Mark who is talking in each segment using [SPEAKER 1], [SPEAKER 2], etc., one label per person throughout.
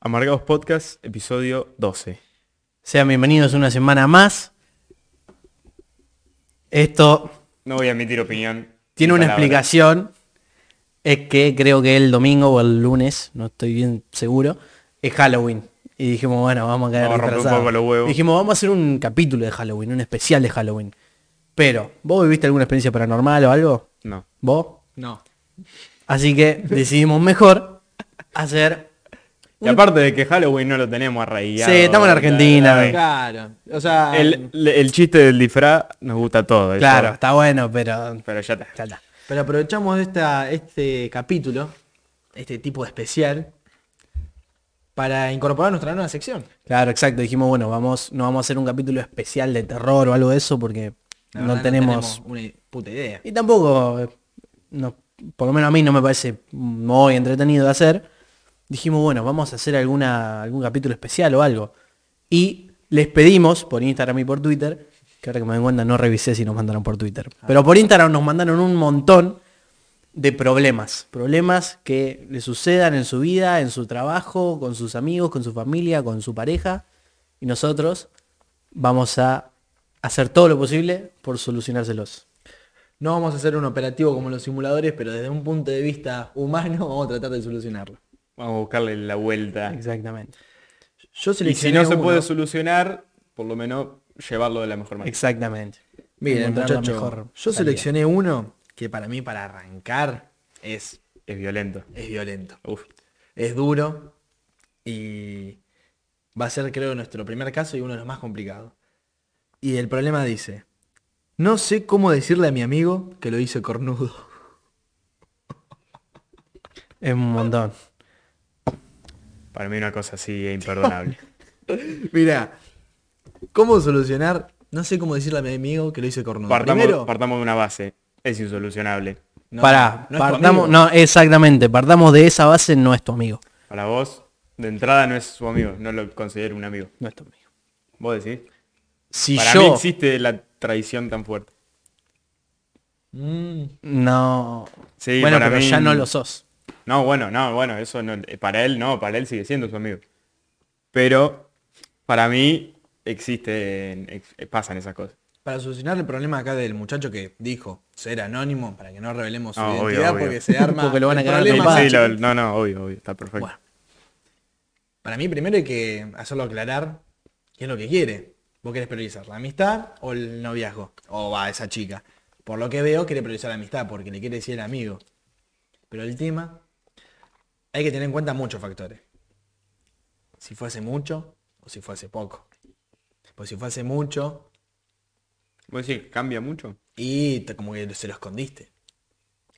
[SPEAKER 1] Amargados Podcast, episodio 12.
[SPEAKER 2] Sean bienvenidos una semana más. Esto
[SPEAKER 1] No voy a emitir opinión.
[SPEAKER 2] tiene
[SPEAKER 1] ni
[SPEAKER 2] una
[SPEAKER 1] palabra.
[SPEAKER 2] explicación. Es que creo que el domingo o el lunes, no estoy bien seguro, es Halloween. Y dijimos, bueno, vamos a caer
[SPEAKER 1] Vamos a romper un
[SPEAKER 2] disfrazados.
[SPEAKER 1] poco los huevos.
[SPEAKER 2] Dijimos, vamos a hacer un capítulo de Halloween, un especial de Halloween. Pero, ¿vos viviste alguna experiencia paranormal o algo?
[SPEAKER 1] No.
[SPEAKER 2] ¿Vos?
[SPEAKER 3] No.
[SPEAKER 2] Así que decidimos mejor hacer...
[SPEAKER 1] Y aparte de que Halloween no lo tenemos arraigado.
[SPEAKER 2] Sí, estamos en Argentina.
[SPEAKER 1] La- la-
[SPEAKER 3] Claro. O sea,
[SPEAKER 1] El, el chiste del disfraz nos gusta todo. eso.
[SPEAKER 2] Claro, está bueno, pero...
[SPEAKER 1] Pero ya está.
[SPEAKER 2] ya está.
[SPEAKER 3] pero aprovechamos esta, este capítulo, este tipo de especial, para incorporar nuestra nueva sección.
[SPEAKER 2] Claro, exacto. Dijimos, bueno, vamos, no vamos a hacer un capítulo especial de terror o algo de eso porque
[SPEAKER 3] La
[SPEAKER 2] no
[SPEAKER 3] verdad,
[SPEAKER 2] tenemos...
[SPEAKER 3] una puta idea.
[SPEAKER 2] Y tampoco, eh, no, por lo menos a mí no me parece muy entretenido de hacer. Dijimos, bueno, vamos a hacer alguna, algún capítulo especial o algo. Y les pedimos por Instagram y por Twitter, que ahora que me doy cuenta no revisé si nos mandaron por Twitter, pero por Instagram nos mandaron un montón de problemas. Problemas que le sucedan en su vida, en su trabajo, con sus amigos, con su familia, con su pareja. Y nosotros vamos a hacer todo lo posible por solucionárselos.
[SPEAKER 3] No vamos a hacer un operativo como los simuladores, pero desde un punto de vista humano vamos a tratar de solucionarlo.
[SPEAKER 1] Vamos a buscarle la vuelta.
[SPEAKER 2] Exactamente.
[SPEAKER 3] Yo
[SPEAKER 1] Y si
[SPEAKER 3] seleccioné
[SPEAKER 1] no se
[SPEAKER 3] uno.
[SPEAKER 1] puede solucionar, por lo menos llevarlo de la mejor manera.
[SPEAKER 2] Exactamente.
[SPEAKER 3] Miren,
[SPEAKER 2] Encontrar la
[SPEAKER 3] muchacho,
[SPEAKER 2] mejor
[SPEAKER 3] yo
[SPEAKER 2] salida.
[SPEAKER 3] seleccioné uno que para mí, para arrancar, es,
[SPEAKER 1] Es violento.
[SPEAKER 3] es violento.
[SPEAKER 1] Uf.
[SPEAKER 3] Es duro y va a ser, creo, nuestro primer caso y uno de los más complicados. Y el problema dice, no sé cómo decirle a mi amigo que lo hice cornudo.
[SPEAKER 2] Es un montón.
[SPEAKER 1] Para mí una cosa así es imperdonable.
[SPEAKER 3] Mira, ¿cómo solucionar? No sé cómo decirle a mi amigo que lo hice cornudo.
[SPEAKER 1] partamos,
[SPEAKER 3] Primero,
[SPEAKER 1] partamos de una base. Es insolucionable.
[SPEAKER 3] no,
[SPEAKER 2] Pará,
[SPEAKER 3] no es tu
[SPEAKER 2] partamos,
[SPEAKER 3] amigo.
[SPEAKER 2] no, exactamente, partamos de esa base, no es tu amigo.
[SPEAKER 1] Para vos, de entrada no es su amigo. No lo considero un amigo.
[SPEAKER 2] No es tu amigo.
[SPEAKER 1] ¿Vos decís?
[SPEAKER 2] Si
[SPEAKER 1] Para mí
[SPEAKER 2] yo
[SPEAKER 1] existe la traición tan fuerte.
[SPEAKER 3] Mm,
[SPEAKER 2] no
[SPEAKER 1] Sí,
[SPEAKER 2] Bueno,
[SPEAKER 1] para
[SPEAKER 2] pero
[SPEAKER 1] mí-
[SPEAKER 2] ya no lo sos.
[SPEAKER 1] No, bueno, no, bueno, eso no, eh, para él no, para él sigue siendo su amigo. Pero para mí existen, ex- eh, pasan esas cosas.
[SPEAKER 3] para solucionar el problema acá del muchacho que dijo ser anónimo para que no revelemos su
[SPEAKER 1] Ah, obvio,
[SPEAKER 3] identidad
[SPEAKER 1] obvio.
[SPEAKER 3] porque se arma
[SPEAKER 2] Porque lo van a
[SPEAKER 3] el
[SPEAKER 2] cagar a
[SPEAKER 1] Sí,
[SPEAKER 3] problema.
[SPEAKER 2] trompadas.
[SPEAKER 1] sí, lo- no, no, obvio, obvio, está perfecto.
[SPEAKER 3] Bueno. Para mí primero hay que hacerlo aclarar qué es lo que quiere. ¿Vos querés priorizar la amistad o el noviazgo? O va, esa chica. Por lo que veo, quiere priorizar la amistad porque le quiere decir el amigo. Pero el tema, hay que tener en cuenta muchos factores. Si fue hace mucho o si fue hace poco. Pues si fue hace mucho
[SPEAKER 1] ¿Vos decís que cambia mucho?
[SPEAKER 3] y te- como que se lo escondiste.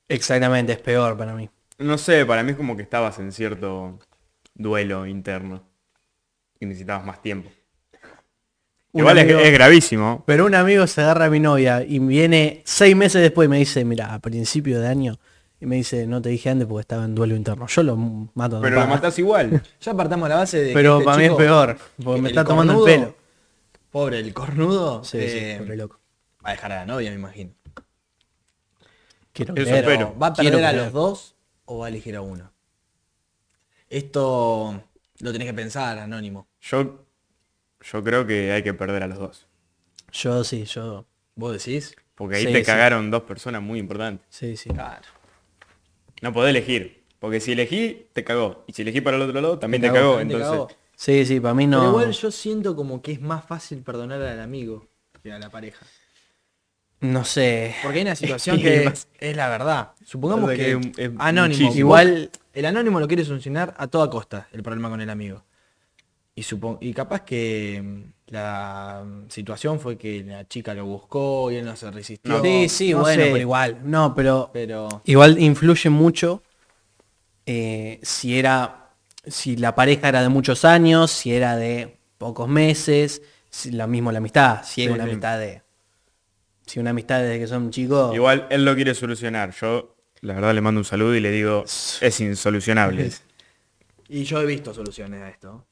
[SPEAKER 2] Exactamente, es peor para mí.
[SPEAKER 1] No sé, para mí es como que estabas en cierto duelo interno y necesitabas más tiempo.
[SPEAKER 2] Un
[SPEAKER 1] Igual es,
[SPEAKER 2] amigo-
[SPEAKER 1] es gravísimo.
[SPEAKER 2] Pero un amigo se agarra a mi novia y viene seis meses después y me dice, mira, a principio de año, y me dice, no te dije antes porque estaba en duelo interno. Yo lo mato a
[SPEAKER 1] Pero lo
[SPEAKER 2] trompadas.
[SPEAKER 1] matás igual.
[SPEAKER 3] Ya partamos la base de que
[SPEAKER 2] Pero
[SPEAKER 3] este
[SPEAKER 2] para mí es
[SPEAKER 3] chico,
[SPEAKER 2] peor, porque me
[SPEAKER 3] el
[SPEAKER 2] está tomando el
[SPEAKER 3] cornudo,
[SPEAKER 2] pelo.
[SPEAKER 3] Pobre, el cornudo
[SPEAKER 2] Sí,
[SPEAKER 3] eh,
[SPEAKER 2] sí, pobre loco.
[SPEAKER 3] va a dejar a la novia, me imagino.
[SPEAKER 2] Quiero
[SPEAKER 1] eso
[SPEAKER 2] creer.
[SPEAKER 1] espero.
[SPEAKER 3] ¿Va a perder
[SPEAKER 2] Quiero
[SPEAKER 3] a
[SPEAKER 2] creer.
[SPEAKER 3] los dos o va a elegir a uno? Esto lo tenés que pensar, Anónimo.
[SPEAKER 1] Yo, yo creo que hay que perder a los dos.
[SPEAKER 2] Yo sí, yo...
[SPEAKER 3] ¿Vos decís?
[SPEAKER 1] Porque ahí
[SPEAKER 2] Sí,
[SPEAKER 1] te
[SPEAKER 2] sí.
[SPEAKER 1] cagaron dos personas muy importantes.
[SPEAKER 2] Sí, sí.
[SPEAKER 3] Claro.
[SPEAKER 1] No podés elegir. Porque si elegí, te cagó. Y si elegí para el otro lado, también te,
[SPEAKER 2] Te
[SPEAKER 1] cagó.
[SPEAKER 2] cagó,
[SPEAKER 3] también te
[SPEAKER 1] Entonces,
[SPEAKER 3] cagó.
[SPEAKER 2] Sí, sí, para mí no.
[SPEAKER 3] Pero igual yo siento como que es más fácil perdonar al amigo que a la pareja.
[SPEAKER 2] No sé.
[SPEAKER 3] Porque hay una situación
[SPEAKER 1] Y
[SPEAKER 3] que
[SPEAKER 1] más-
[SPEAKER 3] es la verdad. Supongamos
[SPEAKER 1] La verdad
[SPEAKER 3] que,
[SPEAKER 1] que es un- es
[SPEAKER 3] Anónimo.
[SPEAKER 1] muchísimo.
[SPEAKER 3] Igual el Anónimo lo quiere solucionar a toda costa, el problema con el amigo. Y, supon- y capaz que mm, la mm, situación fue que la chica lo buscó y él no se resistió.
[SPEAKER 2] sí, sí,
[SPEAKER 3] No
[SPEAKER 2] bueno,
[SPEAKER 3] sé,
[SPEAKER 2] pero igual. No, pero
[SPEAKER 3] Pero...
[SPEAKER 2] igual influye mucho eh, si era, si la pareja era de muchos años, si era de pocos meses, si la mismo la amistad, si es
[SPEAKER 1] Sí,
[SPEAKER 2] una
[SPEAKER 1] sí.
[SPEAKER 2] amistad de, si una amistad desde que son
[SPEAKER 3] Oh.
[SPEAKER 2] chicos.
[SPEAKER 1] igual él lo quiere solucionar. Yo, la verdad, le mando un saludo y le digo, es insolucionable.
[SPEAKER 3] Y yo he visto soluciones a esto.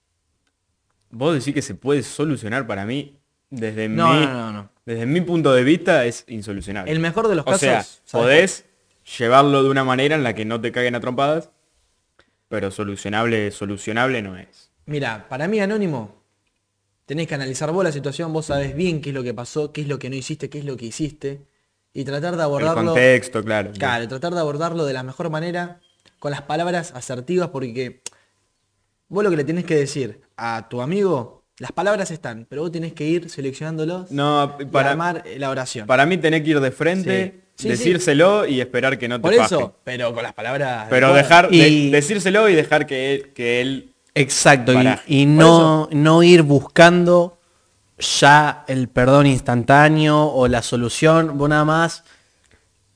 [SPEAKER 1] Vos decís que se puede solucionar para mí, desde
[SPEAKER 3] No,
[SPEAKER 1] mi,
[SPEAKER 3] no, no, no.
[SPEAKER 1] desde mi punto de vista, es insolucionable.
[SPEAKER 3] El mejor de los
[SPEAKER 1] o
[SPEAKER 3] casos.
[SPEAKER 1] sea,
[SPEAKER 3] ¿sabes?
[SPEAKER 1] podés llevarlo de una manera en la que no te caguen a trompadas, pero solucionable, solucionable no es.
[SPEAKER 3] Mira, para mí anónimo, tenés que analizar vos la situación, vos sabés bien qué es lo que pasó, qué es lo que no hiciste, qué es lo que hiciste, y tratar de
[SPEAKER 1] El
[SPEAKER 3] abordarlo.
[SPEAKER 1] contexto, claro.
[SPEAKER 3] Claro, tratar de abordarlo de la mejor manera, con las palabras asertivas, porque vos lo que le tenés que decir a tu amigo, las palabras están, pero vos tenés que ir seleccionándolos
[SPEAKER 1] No,
[SPEAKER 3] y
[SPEAKER 1] para,
[SPEAKER 3] armar la oración.
[SPEAKER 1] para mí tenés que ir de frente,
[SPEAKER 3] Sí. Sí,
[SPEAKER 1] decírselo y esperar que no te
[SPEAKER 3] Por
[SPEAKER 1] faje.
[SPEAKER 3] eso, pero con las palabras.
[SPEAKER 1] Pero
[SPEAKER 3] adecuadas.
[SPEAKER 1] dejar, de-
[SPEAKER 2] Y-
[SPEAKER 1] decírselo y dejar que él, que él
[SPEAKER 2] Exacto, y,
[SPEAKER 1] Pará.
[SPEAKER 2] y
[SPEAKER 1] Por
[SPEAKER 2] no, no ir buscando ya el perdón instantáneo o la solución, vos nada más,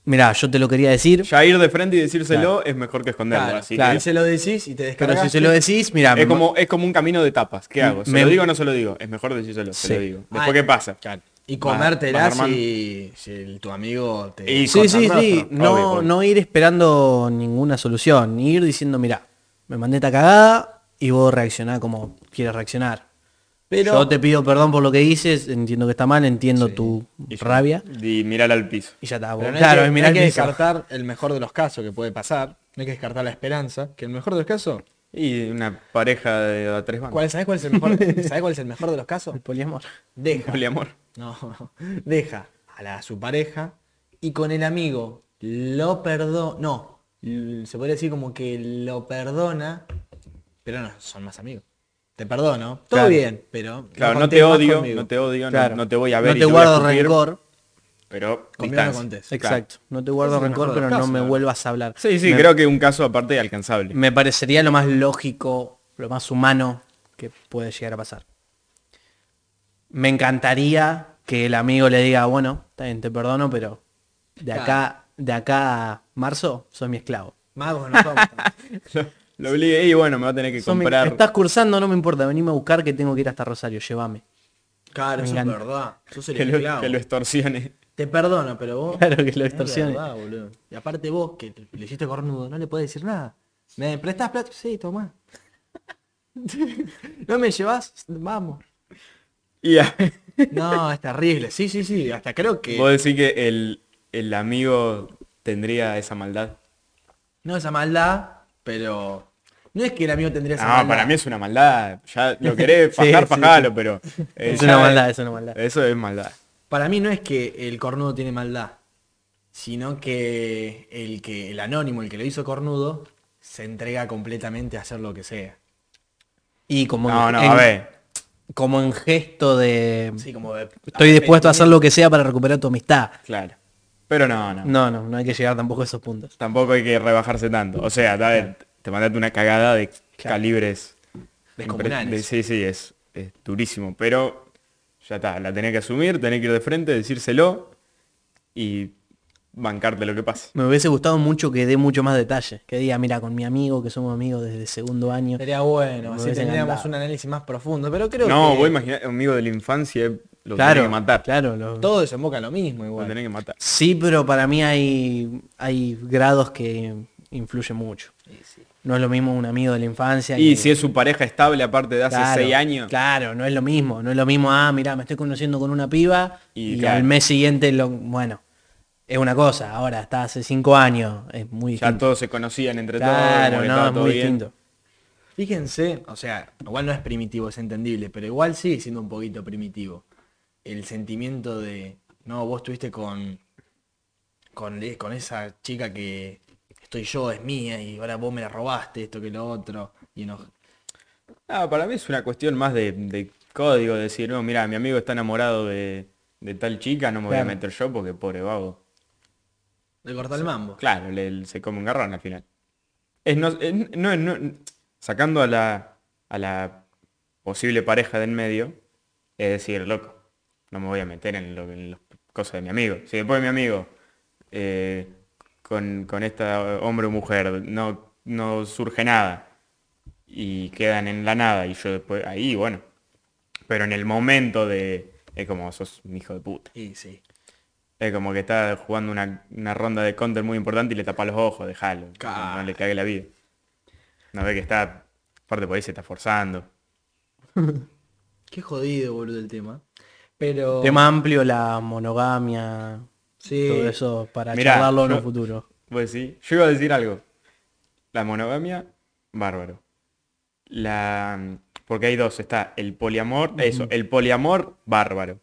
[SPEAKER 2] mirá, yo te lo quería decir,
[SPEAKER 1] ya ir de frente y decírselo es mejor que esconderlo.
[SPEAKER 3] Claro,
[SPEAKER 1] así
[SPEAKER 2] claro.
[SPEAKER 1] que-
[SPEAKER 3] y se lo decís y te descargas.
[SPEAKER 2] pero si se lo decís, mirá,
[SPEAKER 1] es como, es como un camino de etapas. ¿Qué hago? ¿Se
[SPEAKER 2] Mm, Me-
[SPEAKER 1] lo digo o no se lo digo? Es mejor decírselo, se
[SPEAKER 2] Sí.
[SPEAKER 1] lo digo. Después, ¿qué pasa?
[SPEAKER 3] Ah, Y
[SPEAKER 1] Va-
[SPEAKER 3] comértela
[SPEAKER 1] vas armando.
[SPEAKER 3] si, si el- tu amigo te.
[SPEAKER 1] Y
[SPEAKER 2] sí,
[SPEAKER 1] con
[SPEAKER 2] sí,
[SPEAKER 1] arroz,
[SPEAKER 2] sí,
[SPEAKER 1] obvio,
[SPEAKER 2] no,
[SPEAKER 1] obvio.
[SPEAKER 2] no ir esperando ninguna solución, ni ir diciendo, mirá, me mandé esta cagada y vos reaccioná como quieras reaccionar.
[SPEAKER 3] Pero-
[SPEAKER 2] yo te pido perdón por lo que dices, entiendo que está mal, entiendo tu
[SPEAKER 1] Y ya.
[SPEAKER 2] rabia
[SPEAKER 1] Y mirar al piso.
[SPEAKER 2] y ya está. vos-
[SPEAKER 3] Pero no
[SPEAKER 2] claro,
[SPEAKER 3] hay que,
[SPEAKER 2] mirá
[SPEAKER 3] no hay que
[SPEAKER 2] el piso.
[SPEAKER 3] descartar el mejor de los casos que puede pasar. No hay que descartar la esperanza. Que el mejor de los casos.
[SPEAKER 1] Y una pareja de a tres bancos.
[SPEAKER 3] ¿cuál, ¿Sabés cuál es el mejor? ¿Sabés cuál es el mejor de los casos?
[SPEAKER 2] El poliamor.
[SPEAKER 3] Deja.
[SPEAKER 1] Poliamor.
[SPEAKER 3] No, deja a, la, a su pareja y con el amigo lo perdona. No, l- se podría decir como que lo perdona, pero no, son más amigos. Te perdono, todo
[SPEAKER 2] Claro.
[SPEAKER 3] bien, pero.
[SPEAKER 1] Claro, no
[SPEAKER 3] contés
[SPEAKER 1] te
[SPEAKER 3] más
[SPEAKER 1] odio,
[SPEAKER 3] conmigo.
[SPEAKER 1] no te odio, no-
[SPEAKER 2] Claro.
[SPEAKER 1] no, te voy a ver.
[SPEAKER 2] No
[SPEAKER 1] y
[SPEAKER 2] te
[SPEAKER 1] voy a
[SPEAKER 2] guardo
[SPEAKER 1] escupir,
[SPEAKER 2] rencor.
[SPEAKER 1] Pero
[SPEAKER 3] Conmigo no
[SPEAKER 1] distancia.
[SPEAKER 3] contés.
[SPEAKER 1] Claro.
[SPEAKER 2] Exacto. No te guardo
[SPEAKER 3] Ese es el
[SPEAKER 2] rencor,
[SPEAKER 3] mejor de
[SPEAKER 2] pero
[SPEAKER 3] los
[SPEAKER 2] no
[SPEAKER 3] casos,
[SPEAKER 2] me
[SPEAKER 3] ¿no?
[SPEAKER 2] vuelvas a hablar.
[SPEAKER 1] Sí, sí,
[SPEAKER 2] me,
[SPEAKER 1] creo que un caso aparte de alcanzable.
[SPEAKER 2] me parecería lo más lógico, lo más humano que puede llegar a pasar. Me encantaría que el amigo le diga, bueno, está bien, te perdono, pero de acá, de acá a marzo sos mi esclavo.
[SPEAKER 3] Magos no somos.
[SPEAKER 1] Lo obligué y bueno, me va a tener que
[SPEAKER 2] Sos mi-
[SPEAKER 1] comprar.
[SPEAKER 2] estás cursando, no me importa, venime a buscar que tengo que ir hasta Rosario, llévame.
[SPEAKER 3] Claro,
[SPEAKER 2] Me
[SPEAKER 3] eso es
[SPEAKER 2] encanta.
[SPEAKER 3] verdad. Sos el
[SPEAKER 1] Que lo,
[SPEAKER 3] esclavo.
[SPEAKER 1] que lo extorsione.
[SPEAKER 3] Te perdono, pero vos.
[SPEAKER 2] Claro que lo
[SPEAKER 3] Es
[SPEAKER 2] extorsiones.
[SPEAKER 3] verdad, boludo. Y aparte vos, que le hiciste cornudo, no le podés decir nada. ¿Me prestás plata? Sí, tomá. ¿No me llevas? Vamos.
[SPEAKER 1] Y a-
[SPEAKER 3] No, es terrible. Sí, sí, sí. Hasta creo que.
[SPEAKER 1] vos decís que el, el amigo tendría esa maldad.
[SPEAKER 3] No esa maldad, pero. No es que el amigo tendría esa
[SPEAKER 1] Ah,
[SPEAKER 3] maldad.
[SPEAKER 1] para mí es una maldad. Ya lo querés
[SPEAKER 2] Sí,
[SPEAKER 1] fajar,
[SPEAKER 2] sí,
[SPEAKER 1] fajalo,
[SPEAKER 2] sí.
[SPEAKER 1] pero. eh,
[SPEAKER 2] Es
[SPEAKER 1] ya
[SPEAKER 2] una maldad, es una maldad.
[SPEAKER 1] Eso es maldad.
[SPEAKER 3] Para mí no es que el cornudo tiene maldad. Sino que el que. el anónimo, el que lo hizo cornudo, se entrega completamente a hacer lo que sea.
[SPEAKER 2] Y como,
[SPEAKER 1] No,
[SPEAKER 2] en-
[SPEAKER 1] no, a ver.
[SPEAKER 2] como en gesto de...
[SPEAKER 3] Así como de- "Ah,
[SPEAKER 2] Estoy dispuesto a hacer lo que sea para recuperar tu amistad.
[SPEAKER 1] Claro. Pero no, no.
[SPEAKER 2] No, no, no hay que llegar tampoco a esos puntos.
[SPEAKER 1] Tampoco hay que rebajarse tanto. O sea, a ver, te mandaste una cagada de calibres. impre-
[SPEAKER 3] Descomunales.
[SPEAKER 1] Sí, sí, es, es durísimo. Pero ya está, la tenés que asumir, tenés que ir de frente, decírselo y bancarte lo que pase.
[SPEAKER 2] Me hubiese gustado mucho que dé mucho más detalle. Que diga, mira, con mi amigo, que somos amigos desde segundo año.
[SPEAKER 3] Sería bueno,
[SPEAKER 2] Me
[SPEAKER 3] así
[SPEAKER 2] hubiese
[SPEAKER 3] tendríamos
[SPEAKER 2] encantado.
[SPEAKER 3] un análisis más profundo, pero creo
[SPEAKER 1] No,
[SPEAKER 3] que
[SPEAKER 1] vos imaginás, amigo de la infancia eh, lo tenés
[SPEAKER 2] claro,
[SPEAKER 1] que matar.
[SPEAKER 2] claro. lo-
[SPEAKER 3] todo desemboca en lo mismo
[SPEAKER 1] Lo
[SPEAKER 3] igual.
[SPEAKER 1] tenés que matar.
[SPEAKER 2] Sí, pero para mí hay, hay grados que influyen mucho. No es lo mismo un amigo de la infancia.
[SPEAKER 1] Y
[SPEAKER 2] que-
[SPEAKER 1] si es su pareja estable aparte de hace
[SPEAKER 2] Claro,
[SPEAKER 1] seis años.
[SPEAKER 2] Claro, no es lo mismo. No es lo mismo, ah, mira, me estoy conociendo con una piba y,
[SPEAKER 1] Y claro.
[SPEAKER 2] al mes siguiente, lo, bueno, es una cosa. Ahora, está hace cinco años, es muy
[SPEAKER 1] Ya
[SPEAKER 2] distinto.
[SPEAKER 1] todos se conocían entre todos.
[SPEAKER 2] Claro,
[SPEAKER 1] como que
[SPEAKER 2] no,
[SPEAKER 1] estaba
[SPEAKER 2] es
[SPEAKER 1] todo
[SPEAKER 2] muy
[SPEAKER 1] bien.
[SPEAKER 2] distinto.
[SPEAKER 3] Fíjense, o sea, igual no es primitivo, es entendible, pero igual sigue siendo un poquito primitivo. El sentimiento de, no, vos estuviste con, con, le- con esa chica que estoy yo, es mía, y ahora vos me la robaste, esto que lo otro, y eno-
[SPEAKER 1] Ah, para mí es una cuestión más de, de código, de decir, no, mira, mi amigo está enamorado de, de tal chica, no me
[SPEAKER 2] Claro.
[SPEAKER 1] voy a meter yo porque pobre vago.
[SPEAKER 3] le cortó el mambo.
[SPEAKER 1] Claro, le- se come un garrón al final. Es no, es- no- no- sacando a la, a la posible pareja del medio, es decir, loco, no me voy a meter en, lo- en las cosas de mi amigo. Si después mi amigo eh, con, con esta hombre o mujer no, no surge nada y quedan en la nada y yo después ahí, bueno. Pero en el momento de... Es como, sos un hijo de puta.
[SPEAKER 3] Y sí,
[SPEAKER 1] Es como que está jugando una, una ronda de counter muy importante y le tapa los ojos, dejalo.
[SPEAKER 3] Claro.
[SPEAKER 1] No, le cague la vida. No ve que está, aparte por ahí se está forzando.
[SPEAKER 3] qué jodido, boludo, el tema. Pero...
[SPEAKER 2] Tema amplio, la monogamia,
[SPEAKER 3] Sí.
[SPEAKER 2] todo eso para
[SPEAKER 1] Mirá,
[SPEAKER 2] charlarlo en
[SPEAKER 1] yo-
[SPEAKER 2] un futuro.
[SPEAKER 1] Vos decís, yo iba a decir algo. La monogamia Bárbaro. La... Porque hay dos, está el poliamor, eso, el poliamor bárbaro.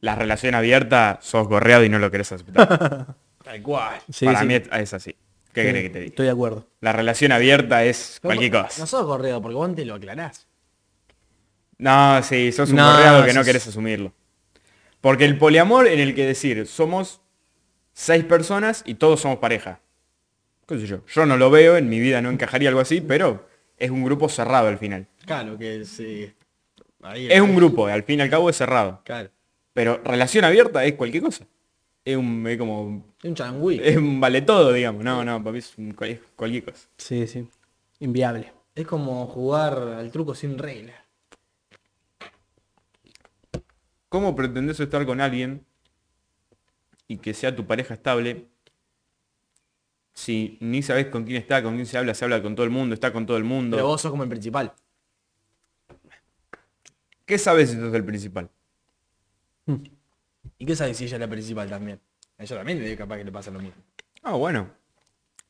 [SPEAKER 1] La relación abierta, sos gorreado y no lo querés aceptar.
[SPEAKER 3] Tal cual.
[SPEAKER 2] Sí,
[SPEAKER 1] Para
[SPEAKER 2] sí.
[SPEAKER 1] mí es- es así. ¿Qué querés que te diga?
[SPEAKER 2] Estoy de acuerdo.
[SPEAKER 1] La relación abierta es
[SPEAKER 3] Pero
[SPEAKER 1] cualquier
[SPEAKER 3] vos-
[SPEAKER 1] cosa.
[SPEAKER 3] No sos gorreado porque vos te lo aclarás.
[SPEAKER 1] No, sí, sos un
[SPEAKER 2] No,
[SPEAKER 1] gorreado que no
[SPEAKER 2] sos-
[SPEAKER 1] querés asumirlo. Porque el poliamor en el que decir, somos seis personas y todos somos pareja. ¿Qué sé yo? Yo no lo veo, en mi vida no encajaría algo así, pero es un grupo cerrado al final.
[SPEAKER 3] Claro, que sí. Ahí
[SPEAKER 1] Es un grupo, al fin y al cabo es cerrado.
[SPEAKER 3] Claro.
[SPEAKER 1] Pero relación abierta es cualquier cosa. Es un, es como,
[SPEAKER 3] Es un changüí.
[SPEAKER 1] es un vale todo, digamos. No, no, para mí es un cual- es cualquier cosa.
[SPEAKER 2] Sí, sí. Inviable.
[SPEAKER 3] Es como jugar al truco sin regla.
[SPEAKER 1] ¿Cómo pretendés estar con alguien y que sea tu pareja estable si ni sabes con quién está, con quién se habla, se habla con todo el mundo, está con todo el mundo?
[SPEAKER 3] Pero vos sos como el principal.
[SPEAKER 1] ¿Qué sabes si sos el principal?
[SPEAKER 3] ¿Y qué sabes si ella es la principal también? A ella también le capaz que le pasa lo mismo.
[SPEAKER 1] Ah, bueno.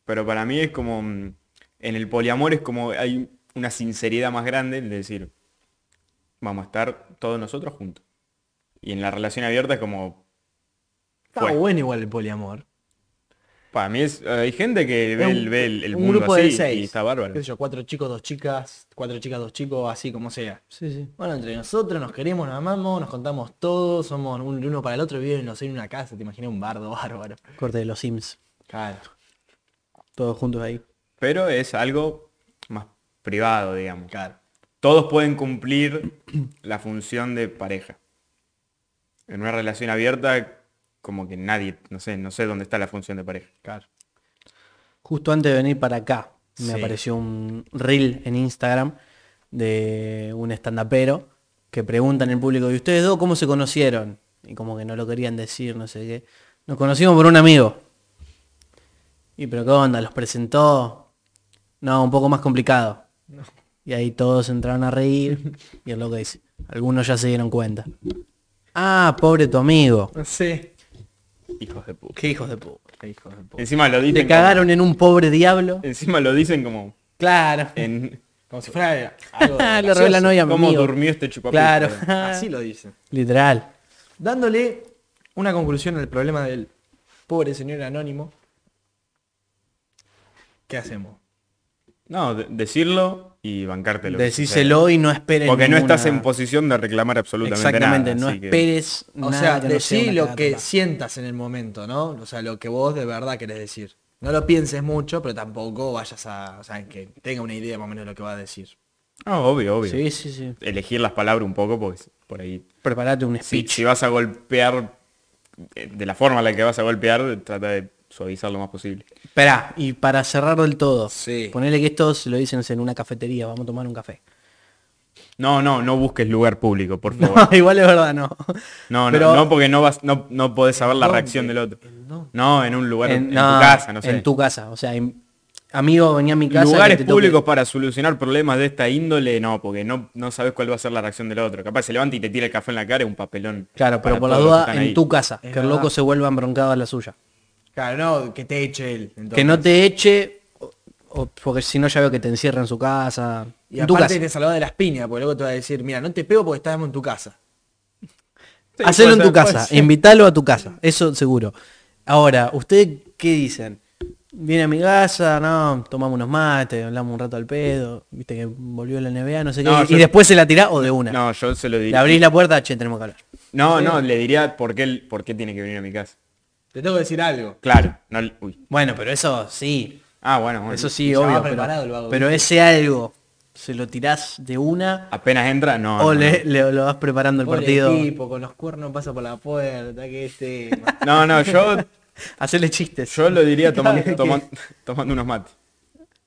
[SPEAKER 1] Pero para mí es como... mm, En el poliamor es como hay una sinceridad más grande de decir, vamos a estar todos nosotros juntos. Y en la relación abierta es como...
[SPEAKER 3] Está
[SPEAKER 1] Bueno.
[SPEAKER 3] bueno igual el poliamor.
[SPEAKER 1] Para mí es... Hay gente que ve,
[SPEAKER 3] Es
[SPEAKER 1] el, ve el- el
[SPEAKER 3] un
[SPEAKER 1] mundo
[SPEAKER 3] grupo
[SPEAKER 1] así
[SPEAKER 3] de seis.
[SPEAKER 1] y está bárbaro.
[SPEAKER 3] Qué sé yo, cuatro chicos, dos chicas, cuatro chicas, dos chicos, así como sea.
[SPEAKER 2] Sí, sí.
[SPEAKER 3] Bueno, entre nosotros nos queremos, nos amamos, nos contamos todo, somos un- uno para el otro, viven no sé, en una casa, te imaginé un bardo bárbaro.
[SPEAKER 2] Corte de los Sims.
[SPEAKER 3] Claro.
[SPEAKER 2] Todos juntos ahí.
[SPEAKER 1] Pero es algo más privado, digamos.
[SPEAKER 3] Claro.
[SPEAKER 1] Todos pueden cumplir la función de pareja. En una relación abierta, como que nadie, no sé, no sé dónde está la función de pareja.
[SPEAKER 3] Claro.
[SPEAKER 2] Justo antes de venir para acá, me
[SPEAKER 3] Sí.
[SPEAKER 2] apareció un reel en Instagram de un estandapero que pregunta en el público, ¿y ustedes dos cómo se conocieron? Y como que no lo querían decir, no sé qué. Nos conocimos por un amigo. Y pero qué onda, los presentó. No, un poco más complicado. Y ahí todos entraron a reír. Y es lo que dice. Algunos ya se dieron cuenta. Ah, pobre tu amigo.
[SPEAKER 3] No sé.
[SPEAKER 1] Hijos de puta.
[SPEAKER 2] Qué hijos de puta.
[SPEAKER 3] Hijos de puta.
[SPEAKER 1] Encima lo dicen
[SPEAKER 2] Te cagaron en un pobre diablo.
[SPEAKER 1] Como, encima lo dicen como
[SPEAKER 2] Claro.
[SPEAKER 1] en
[SPEAKER 3] Como si fuera algo
[SPEAKER 2] Ah,
[SPEAKER 3] de-
[SPEAKER 2] le reveló la novia
[SPEAKER 1] cómo
[SPEAKER 2] amigo.
[SPEAKER 1] durmió este chupapija.
[SPEAKER 2] Claro.
[SPEAKER 3] Así lo dicen.
[SPEAKER 2] Literal.
[SPEAKER 3] Dándole una conclusión al problema del pobre señor anónimo. ¿Qué hacemos?
[SPEAKER 1] No, de- decirlo y bancártelo.
[SPEAKER 2] Decíselo y no esperes.
[SPEAKER 1] Porque no
[SPEAKER 2] ninguna-
[SPEAKER 1] estás en posición de reclamar absolutamente
[SPEAKER 2] Exactamente,
[SPEAKER 1] nada.
[SPEAKER 2] no
[SPEAKER 1] así que-
[SPEAKER 2] esperes
[SPEAKER 3] O
[SPEAKER 2] nada
[SPEAKER 3] sea,
[SPEAKER 2] que no
[SPEAKER 3] decí
[SPEAKER 2] una
[SPEAKER 3] lo que
[SPEAKER 2] carta.
[SPEAKER 3] sientas en el momento, ¿no? O sea, lo que vos de verdad querés decir. No lo pienses mucho, pero tampoco vayas a... O sea, que tenga una idea más o menos de lo que va a decir.
[SPEAKER 1] Ah, obvio, obvio.
[SPEAKER 2] Sí, sí, sí.
[SPEAKER 1] Elegir las palabras un poco porque por ahí
[SPEAKER 2] Preparate un
[SPEAKER 1] Si,
[SPEAKER 2] speech.
[SPEAKER 1] si vas a golpear eh, de la forma en la que vas a golpear, trata de suavizar lo más posible.
[SPEAKER 2] Esperá, y para cerrar del todo,
[SPEAKER 3] Sí.
[SPEAKER 2] ponele que esto se lo dicen no sé, en una cafetería, vamos a tomar un café.
[SPEAKER 1] No, no, no busques lugar público, por favor.
[SPEAKER 2] No, igual es verdad, no.
[SPEAKER 1] No, no,
[SPEAKER 2] Pero-
[SPEAKER 1] no, porque no vas, no, no podés saber la
[SPEAKER 3] ¿Dónde?
[SPEAKER 1] reacción del otro.
[SPEAKER 3] ¿En dónde?
[SPEAKER 1] No, en un lugar, en,
[SPEAKER 2] no,
[SPEAKER 1] tu casa, no sé.
[SPEAKER 2] En tu casa, o sea, en- amigo, venía a mi casa. que
[SPEAKER 1] Lugares
[SPEAKER 2] te toque-
[SPEAKER 1] públicos para solucionar problemas de esta índole, no, porque no, no sabes cuál va a ser la reacción del otro. Capaz se levanta y te tira el café en la cara y un papelón.
[SPEAKER 2] Claro,
[SPEAKER 1] para
[SPEAKER 2] pero por la
[SPEAKER 1] todos los que
[SPEAKER 2] duda,
[SPEAKER 1] están
[SPEAKER 2] en
[SPEAKER 1] ahí.
[SPEAKER 2] tu casa, que el
[SPEAKER 3] verdad.
[SPEAKER 2] loco se vuelva embroncado a la suya.
[SPEAKER 3] Claro, no, que te eche él. entonces.
[SPEAKER 2] Que no te eche, o- o- porque si no ya veo que te encierra en su casa.
[SPEAKER 3] Y
[SPEAKER 2] en tu
[SPEAKER 3] aparte
[SPEAKER 2] casa.
[SPEAKER 3] te salva de las piñas, porque luego te va a decir, mira, no te pego porque estamos en tu casa.
[SPEAKER 1] Sí,
[SPEAKER 2] Hacelo en
[SPEAKER 1] puede
[SPEAKER 2] tu
[SPEAKER 1] ser, puede
[SPEAKER 2] casa,
[SPEAKER 1] ser.
[SPEAKER 2] invítalo a tu casa, eso seguro. Ahora, ¿ustedes qué dicen? Viene a mi casa, no, tomamos unos mates, hablamos un rato al pedo, viste que volvió la NBA, no sé qué,
[SPEAKER 1] No,
[SPEAKER 2] y
[SPEAKER 1] yo-
[SPEAKER 2] después se la tirá o de una.
[SPEAKER 1] No, yo se lo
[SPEAKER 2] Le
[SPEAKER 1] diría.
[SPEAKER 2] abrís la puerta, che, tenemos que hablar.
[SPEAKER 1] No, no, le diría por qué, por qué tiene que venir a mi casa.
[SPEAKER 3] Te tengo que decir algo.
[SPEAKER 1] Claro, no, uy.
[SPEAKER 2] Bueno, pero eso sí,
[SPEAKER 1] Ah, bueno, bueno.
[SPEAKER 2] eso
[SPEAKER 3] y
[SPEAKER 2] sí,
[SPEAKER 3] ya va
[SPEAKER 2] obvio,
[SPEAKER 3] preparado el
[SPEAKER 2] pero,
[SPEAKER 3] vago,
[SPEAKER 2] pero ese algo, ¿se lo tirás de una
[SPEAKER 1] Apenas entra, no.
[SPEAKER 2] o
[SPEAKER 1] no,
[SPEAKER 2] le, le- lo vas preparando el
[SPEAKER 3] Pobre
[SPEAKER 2] partido?
[SPEAKER 3] tipo, con los cuernos pasa por la puerta, que este...
[SPEAKER 1] No, no, yo,
[SPEAKER 2] Hacerle chistes.
[SPEAKER 1] yo lo diría tomando, toman- tomando unos mates.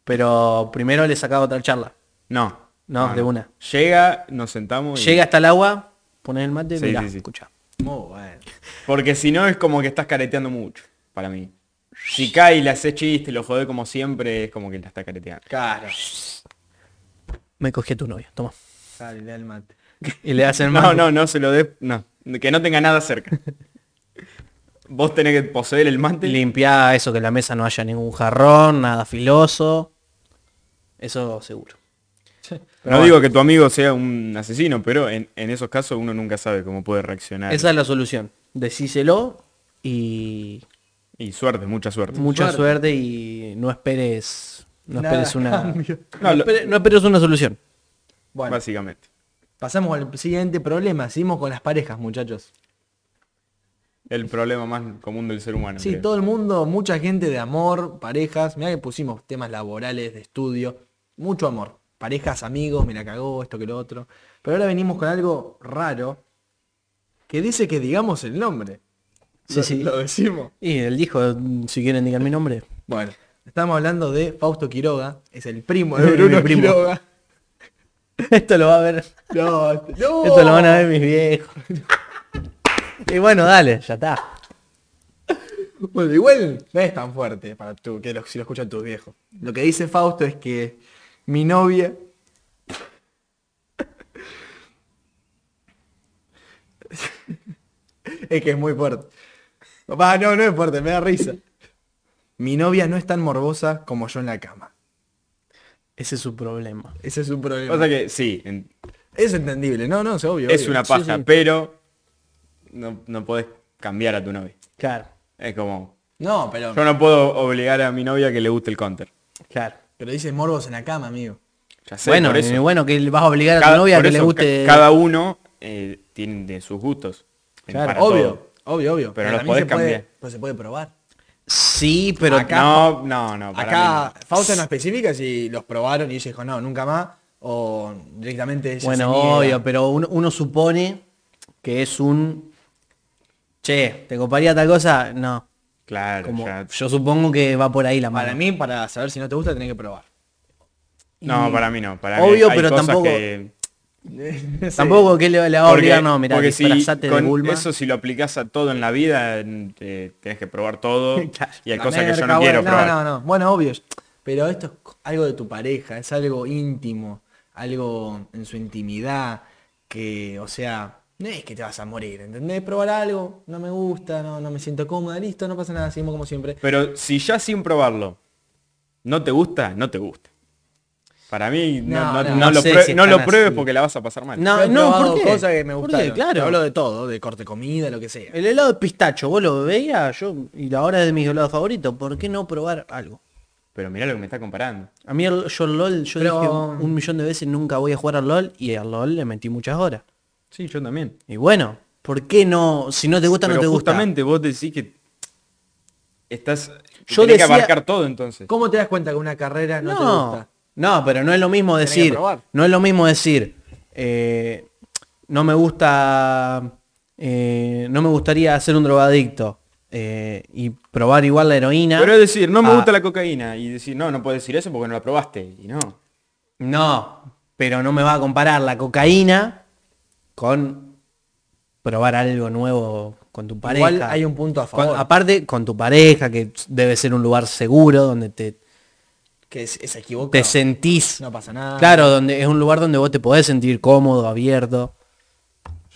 [SPEAKER 2] Pero primero le sacaba otra charla.
[SPEAKER 1] No.
[SPEAKER 2] No, de una.
[SPEAKER 1] Llega, nos sentamos y...
[SPEAKER 2] Llega hasta el agua, pones el mate,
[SPEAKER 1] Sí,
[SPEAKER 2] mirá,
[SPEAKER 1] sí, sí.
[SPEAKER 2] escuchá.
[SPEAKER 3] Muy bueno.
[SPEAKER 1] Porque si no es como que estás careteando mucho, para mí. Si cae y le haces chiste, lo jode como siempre, es como que la está careteando.
[SPEAKER 3] Claro.
[SPEAKER 2] Me cogí a tu novia, toma.
[SPEAKER 3] Dale, le da el mate.
[SPEAKER 2] Y le hacen
[SPEAKER 1] No, no, no se lo des... No, que no tenga nada cerca. Vos tenés que poseer el mate.
[SPEAKER 2] Limpia eso, que en la mesa no haya ningún jarrón, nada filoso. Eso seguro.
[SPEAKER 1] No digo que tu amigo sea un asesino, pero en, en esos casos uno nunca sabe cómo puede reaccionar.
[SPEAKER 2] Esa es la solución. Decíselo y
[SPEAKER 1] Y suerte, mucha suerte.
[SPEAKER 2] mucha
[SPEAKER 3] Suerte.
[SPEAKER 2] suerte y no esperes no
[SPEAKER 3] Nada
[SPEAKER 2] esperes una
[SPEAKER 3] cambio.
[SPEAKER 1] No,
[SPEAKER 2] no
[SPEAKER 1] lo-
[SPEAKER 2] espere- no esperes una solución.
[SPEAKER 3] Bueno,
[SPEAKER 1] Básicamente.
[SPEAKER 3] pasamos al siguiente problema. Seguimos con las parejas, muchachos.
[SPEAKER 1] El problema más común del ser humano.
[SPEAKER 3] Sí,
[SPEAKER 1] creo.
[SPEAKER 3] todo el mundo, mucha gente de amor, parejas. Mirá que pusimos temas laborales, de estudio. Mucho amor. Parejas, amigos, me la cagó, esto que lo otro. Pero ahora venimos con algo raro que dice que digamos el nombre.
[SPEAKER 2] Sí,
[SPEAKER 3] Lo-
[SPEAKER 2] sí.
[SPEAKER 3] Lo decimos.
[SPEAKER 2] Y él dijo, "Mm, si quieren digan mi nombre.
[SPEAKER 3] Bueno, estamos hablando de Fausto Quiroga. Es el primo de
[SPEAKER 2] Mi
[SPEAKER 3] Bruno
[SPEAKER 2] primo.
[SPEAKER 3] Quiroga.
[SPEAKER 2] Esto lo va a ver.
[SPEAKER 3] No, este, no.
[SPEAKER 2] Esto lo van a ver mis viejos. y bueno, dale, ya está.
[SPEAKER 3] Bueno, igual no es tan fuerte para tú, que lo- si lo escuchan tus viejos. Lo que dice Fausto es que mi novia... es que es muy fuerte. Papá, no, no es fuerte, me da risa. Mi novia no es tan morbosa como yo en la cama.
[SPEAKER 2] Ese es su problema.
[SPEAKER 3] Ese es un problema.
[SPEAKER 1] O sea que sí, en-
[SPEAKER 3] es entendible, no, no, es obvio.
[SPEAKER 1] es
[SPEAKER 3] obvio.
[SPEAKER 1] una
[SPEAKER 2] sí,
[SPEAKER 1] paja,
[SPEAKER 2] sí.
[SPEAKER 1] pero no, no podés cambiar a tu novia.
[SPEAKER 2] Claro,
[SPEAKER 1] Es como,
[SPEAKER 3] No, pero,
[SPEAKER 1] yo no puedo obligar a mi novia a que le guste el counter.
[SPEAKER 2] claro.
[SPEAKER 3] pero dice morbos en la cama, amigo.
[SPEAKER 1] Ya sé,
[SPEAKER 2] bueno,
[SPEAKER 1] por eso.
[SPEAKER 2] eh, bueno, que le vas a obligar a
[SPEAKER 1] Cada-
[SPEAKER 2] tu novia a
[SPEAKER 1] por
[SPEAKER 2] que le
[SPEAKER 1] eso,
[SPEAKER 2] guste.
[SPEAKER 1] ca- Cada uno eh, tiene de sus gustos. en-
[SPEAKER 2] Claro,
[SPEAKER 1] para
[SPEAKER 3] Obvio,
[SPEAKER 1] todo.
[SPEAKER 3] obvio, obvio.
[SPEAKER 1] Pero no
[SPEAKER 3] también
[SPEAKER 1] podés
[SPEAKER 3] se puede-
[SPEAKER 1] cambiar.
[SPEAKER 3] Pero se puede probar.
[SPEAKER 2] Sí, pero
[SPEAKER 3] Acá-
[SPEAKER 1] no, no, no. para
[SPEAKER 3] Acá
[SPEAKER 1] mí
[SPEAKER 3] Fausto no especifica si los probaron y ella dijo no, nunca más. O directamente ella
[SPEAKER 2] bueno,
[SPEAKER 3] se niega.
[SPEAKER 2] obvio, pero uno, uno supone que es un. Che, ¿te coparía tal cosa? No.
[SPEAKER 1] no. Claro,
[SPEAKER 2] Como,
[SPEAKER 1] ya-
[SPEAKER 2] yo supongo que va por ahí la mano.
[SPEAKER 3] Para mí, para saber si no te gusta, tenés que probar.
[SPEAKER 1] No, para mí no. Para
[SPEAKER 2] Obvio,
[SPEAKER 1] mí hay
[SPEAKER 2] pero
[SPEAKER 1] cosas
[SPEAKER 2] tampoco-
[SPEAKER 1] que-
[SPEAKER 2] Tampoco que le, le va a obligar, no, mira,
[SPEAKER 1] porque si
[SPEAKER 2] disfrazate de
[SPEAKER 1] con
[SPEAKER 2] Bulma.
[SPEAKER 1] eso si lo aplicas a todo en la vida, eh, tenés que probar todo.
[SPEAKER 2] Claro.
[SPEAKER 1] y hay
[SPEAKER 3] La
[SPEAKER 1] cosas que yo
[SPEAKER 3] merca,
[SPEAKER 1] no quiero
[SPEAKER 3] bueno,
[SPEAKER 1] probar.
[SPEAKER 3] No, no, no. Bueno, obvio. Pero esto es co- algo de tu pareja, es algo íntimo, algo en su intimidad, que, o sea, no es que te vas a morir, ¿entendés? Probar algo, no me gusta, no, no me siento cómoda, listo, no pasa nada, seguimos como siempre.
[SPEAKER 1] Pero si ya sin probarlo no te gusta, no te gusta. Para mí no,
[SPEAKER 3] No,
[SPEAKER 1] no-
[SPEAKER 3] no,
[SPEAKER 1] no
[SPEAKER 2] no
[SPEAKER 1] lo,
[SPEAKER 2] sé
[SPEAKER 1] prue-
[SPEAKER 2] si es
[SPEAKER 1] no
[SPEAKER 2] tan
[SPEAKER 1] lo pruebes
[SPEAKER 2] así.
[SPEAKER 1] porque la vas a pasar mal.
[SPEAKER 2] No,
[SPEAKER 3] Yo he
[SPEAKER 2] no,
[SPEAKER 3] probado
[SPEAKER 2] ¿por qué?
[SPEAKER 3] cosas que me
[SPEAKER 2] ¿Por qué?
[SPEAKER 3] gustaron.
[SPEAKER 2] Claro.
[SPEAKER 3] Te Hablo de todo, de corte comida, lo que sea.
[SPEAKER 2] El helado de pistacho, vos lo veías, yo, y la hora de mis helados favoritos, ¿por qué no probar algo?
[SPEAKER 1] Pero mirá lo que me está comparando.
[SPEAKER 2] A mí el- yo el LOL, yo
[SPEAKER 3] Pero-
[SPEAKER 2] dije un millón de veces nunca voy a jugar al LOL y al LOL le metí muchas horas.
[SPEAKER 1] Sí, yo también.
[SPEAKER 2] Y bueno, ¿por qué no? Si no te gusta, no
[SPEAKER 1] Pero
[SPEAKER 2] te gusta.
[SPEAKER 1] justamente vos decís que estás... que
[SPEAKER 2] Yo
[SPEAKER 1] tenés
[SPEAKER 2] decía-
[SPEAKER 1] que abarcar todo entonces.
[SPEAKER 3] ¿Cómo te das cuenta que una carrera no, te gusta?
[SPEAKER 2] no, pero no es lo mismo
[SPEAKER 3] Tenés que
[SPEAKER 2] decir,
[SPEAKER 3] probar.
[SPEAKER 2] no es lo mismo decir, eh, no me gusta, eh, no me gustaría ser un drogadicto eh, y probar igual la heroína.
[SPEAKER 1] Pero es decir, no me
[SPEAKER 2] Ah,
[SPEAKER 1] gusta la cocaína. Y decir, no, no puedes decir eso porque no la probaste. Y no.
[SPEAKER 2] No, pero no me va a comparar la cocaína con probar algo nuevo con tu pareja.
[SPEAKER 3] Igual hay un punto a
[SPEAKER 2] Con-
[SPEAKER 3] favor.
[SPEAKER 2] aparte, con tu pareja, que debe ser un lugar seguro donde te,
[SPEAKER 3] que se, se equivoca.
[SPEAKER 2] te sentís.
[SPEAKER 3] No pasa nada.
[SPEAKER 2] Claro, donde es un lugar donde vos te podés sentir cómodo, abierto.